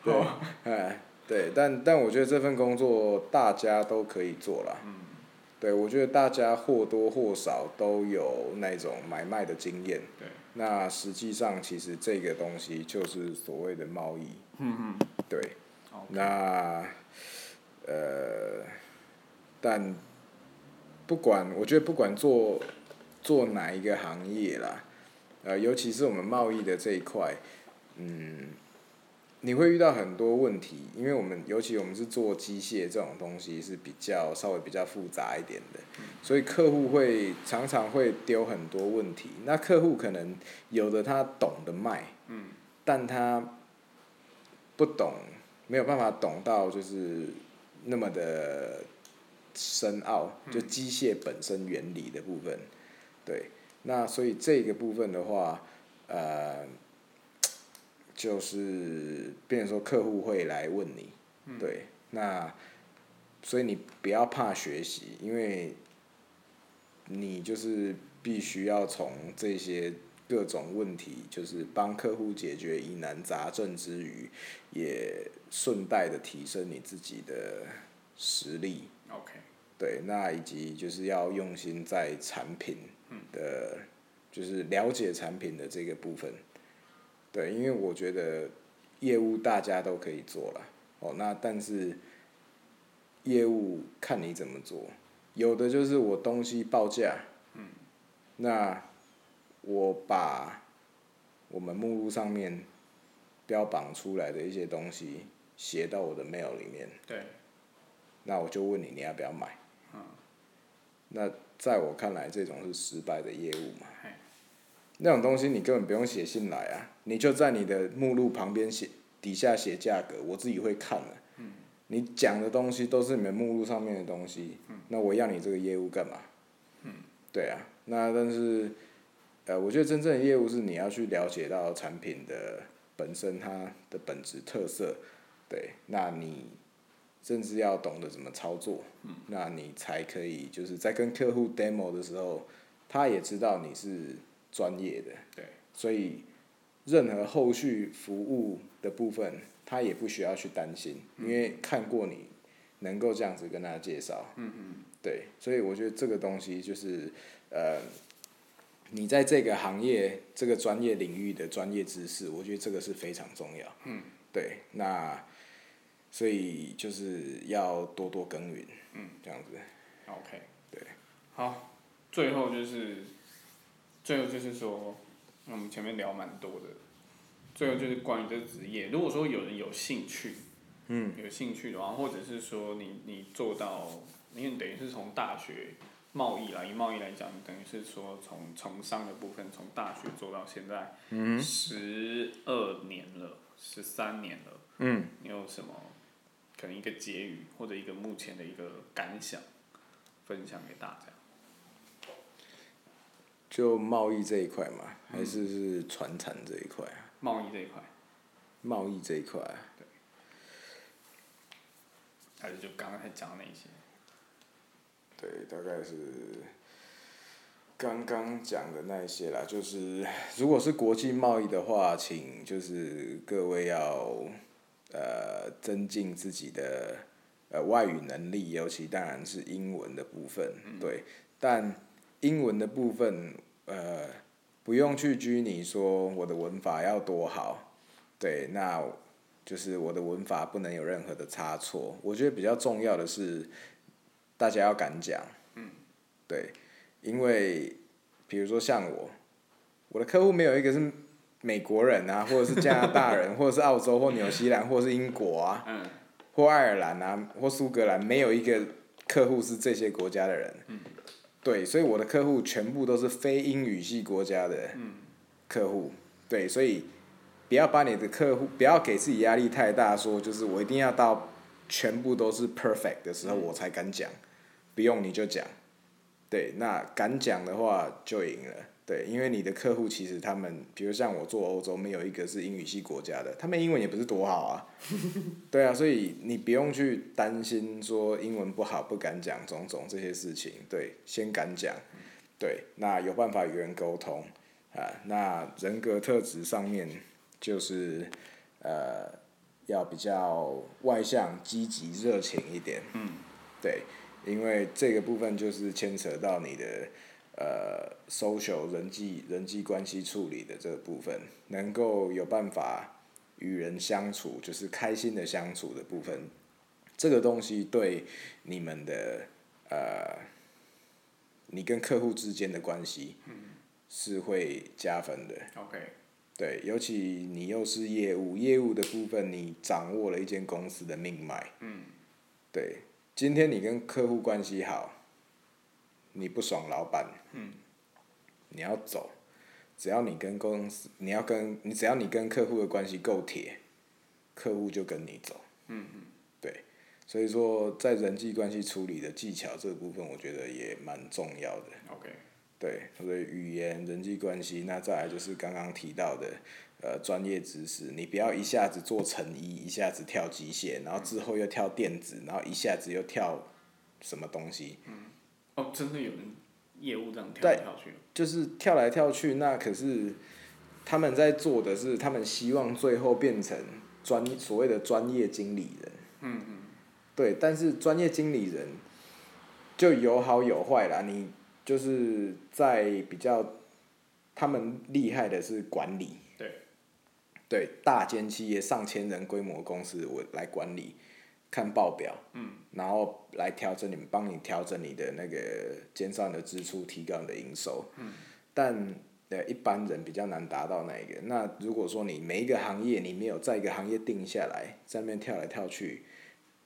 对，哦哎，对，但但我觉得这份工作大家都可以做啦。嗯，对，我觉得大家或多或少都有那种买卖的经验。对，那实际上，其实这个东西就是所谓的贸易。嗯嗯对，好那呃，但不管，我觉得不管做做哪一个行业啦，呃，尤其是我们贸易的这一块，嗯，你会遇到很多问题，因为我们尤其我们是做机械这种东西是比较稍微比较复杂一点的，所以客户会常常会丢很多问题。那客户可能有的他懂得卖，嗯，但他不懂，没有办法懂到就是那么的深奥，就机械本身原理的部分。对，那所以这个部分的话，呃，就是变成说客户会来问你，对，那所以你不要怕学习，因为你就是必须要从这些各种问题，就是帮客户解决疑难杂症之余，也顺带的提升你自己的实力。 ，OK，对，那以及就是要用心在产品的，就是了解产品的这个部分。对，因为我觉得业务大家都可以做啦。哦，那但是业务看你怎么做，有的就是我东西报价，那我把我们目录上面标榜出来的一些东西写到我的 mail 里面。对，那我就问你，你要不要买？那在我看来，这种是失败的业务嘛嘿。那种东西你根本不用写信来啊，你就在你的目录旁边写底下写价格，我自己会看的、你讲的东西都是你们目录上面的东西，那我要你这个业务干嘛？对啊，那但是，呃，我觉得真正的业务是你要去了解到产品的本身它的本质特色，对，那你甚至要懂得怎么操作，那你才可以就是在跟客户 demo 的时候，他也知道你是专业的，对，所以任何后续服务的部分，他也不需要去担心，因为看过你能够这样子跟他介绍，嗯嗯，对，所以我觉得这个东西就是呃，你在这个行业这个专业领域的专业知识，我觉得这个是非常重要，嗯，对，那所以就是要多多耕耘，嗯，这样子， OK，对，好，最后就是，最后就是说，我们前面聊蛮多的，最后就是关于这个职业，如果说有人有兴趣，嗯，有兴趣的话，或者是说你你做到，因为你等于是从大学贸易来以贸易来讲，等于是说从从商的部分，从大学做到现在，嗯，十二年了，十三年了，嗯，你有什么可能一个结语或者一个目前的一个感想？分享给大家。就贸易这一块嘛，还是是传产这一块啊。贸易这一块，贸易这一块啊，还是就刚才讲的那一些。对，大概是刚刚讲的那一些啦。就是如果是国际贸易的话，请就是各位要呃增进自己的呃外语能力，尤其当然是英文的部分。对，但英文的部分呃不用去拘泥说我的文法要多好，对，那就是我的文法不能有任何的差错。我觉得比较重要的是。大家要敢讲，嗯，对，因为比如说像我，我的客户没有一个是美国人 啊，或者是加拿大人，或者是澳洲或纽西兰，或者是英国啊，嗯，或爱尔兰啊，或苏格兰，没有一个客户是这些国家的人，嗯，对，所以我的客户全部都是非英语系国家的客户，对，所以不要把你的客户不要给自己压力太大，说就是我一定要到全部都是 perfect 的时候我才敢讲，不用你就讲。对，那敢讲的话就赢了。对，因为你的客户其实他们，比如像我做欧洲，没有一个是英语系国家的，他们英文也不是多好啊。 对啊，所以你不用去担心说英文不好不敢讲种种这些事情。对，先敢讲，对，那有办法与人沟通啊。那人格特质上面就是呃要比较外向、积极、热情一点。嗯，对，因为这个部分就是牵扯到你的呃 social 人际人际关系处理的这个部分，能够有办法与人相处，就是开心的相处的部分。这个东西对你们的呃，你跟客户之间的关系，是会加分的。 OK，对，尤其你又是业务，业务的部分你掌握了一间公司的命脉。嗯。对，今天你跟客户关系好，你不爽老板，嗯，你要走，只要你跟公司，你要跟你只要你跟客户的关系够铁，客户就跟你走。嗯对，所以说在人际关系处理的技巧这部分，我觉得也蛮重要的。 OK，对，所以语言、人际关系，那再来就是刚刚提到的，呃，专业知识，你不要一下子做成衣，一下子跳机械，然后之后又跳电子，然后一下子又跳什么东西，哦，真的有人业务这样跳来跳去，就是跳来跳去。那可是他们在做的是，他们希望最后变成专所谓的专业经理人。嗯嗯。对，但是专业经理人就有好有坏啦。你就是在比较他们厉害的是管理，对，对大间企业上千人规模公司，我来管理，看报表，嗯，然后来调整你们，帮你调整你的那个减少你的支出，提高你的营收，嗯，但呃一般人比较难达到那一个。那如果说你每一个行业你没有在一个行业定下来，在那边跳来跳去，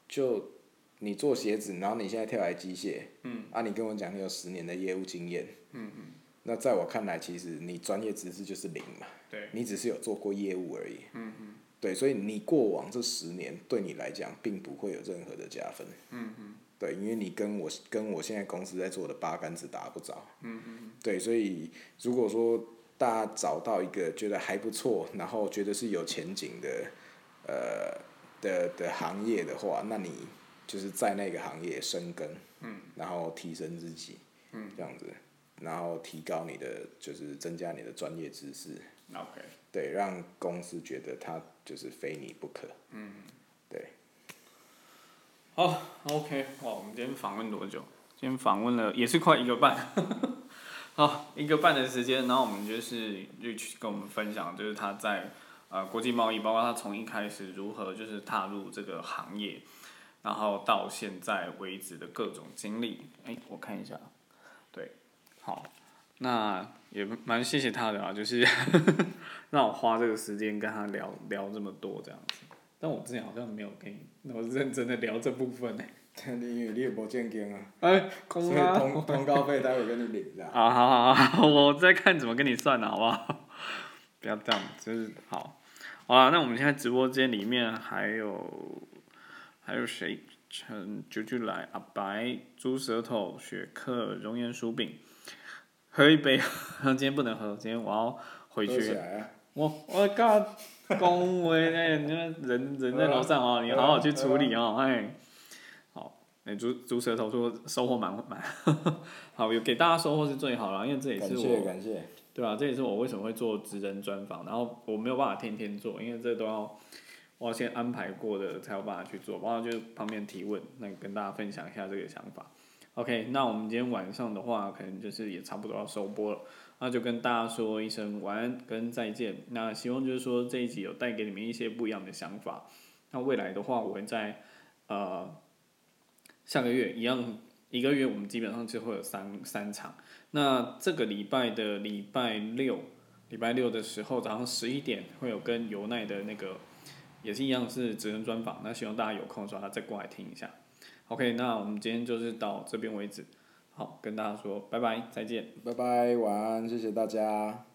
就你做鞋子，然后你现在跳来机械，嗯，啊，你跟我讲你有十年的业务经验，嗯嗯，那在我看来，其实你专业知识就是零嘛，对，你只是有做过业务而已。嗯对，所以你过往这十年对你来讲，并不会有任何的加分。嗯嗯。对，因为你跟我跟我现在公司在做的八竿子打不着。嗯嗯。对，所以如果说大家找到一个觉得还不错，然后觉得是有前景的，呃的的行业的话，那你就是在那个行业深耕，嗯，然后提升自己，嗯，这样子，然后提高你的就是增加你的专业知识， OK，对，让公司觉得他就是非你不可。嗯，对，好，OK，哇，我们今天访问多久？今天访问了也是快一个半，好，一个半的时间。然后我们就是 Rich 跟我们分享，就是他在呃国际贸易，包括他从一开始如何就是踏入这个行业，然后到现在为止的各种经历。哎、我看一下，对，好，那也蛮谢谢他的啊，就是 让我花这个时间跟他聊聊这么多这样子。但我之前好像没有跟你那么认真的聊这部分呢、但是 因为你也不见经啊，哎、所以通通告费待会跟你领的。啊，好好好，我再看怎么跟你算了，好不好？ 不要这样，就是好。好了，那我们现在直播间里面还有还有谁？陈九九来，阿白、猪舌头、雪克、熔岩薯饼，喝一杯。 今天不能喝，今天我要回喝起去。来啊！我我靠，恭维哎，你们人人在楼上哦，你好好去处理哦，啊哎。好，哎，猪猪舌头说收获满满， 好，有给大家收获是最好了，因为这也感是谢我，感谢，对啊，这也是我为什么会做职人专访，然后我没有办法天天做，因为这都要我要先安排过的才有办法去做，然后就旁边提问，那跟大家分享一下这个想法。OK，那我们今天晚上的话，可能就是也差不多要收播了。那就跟大家说一声晚安跟再见。那希望就是说这一集有带给你们一些不一样的想法。那未来的话，我会在呃下个月一样，一个月我们基本上就会有三三场。那这个礼拜的礼拜六，礼拜六的时候早上十一点会有跟尤奈的那个也是一样是职人专访。那希望大家有空的时候再过来听一下。OK，那我们今天就是到这边为止。好，跟大家说拜拜，再见。拜拜，晚安，谢谢大家。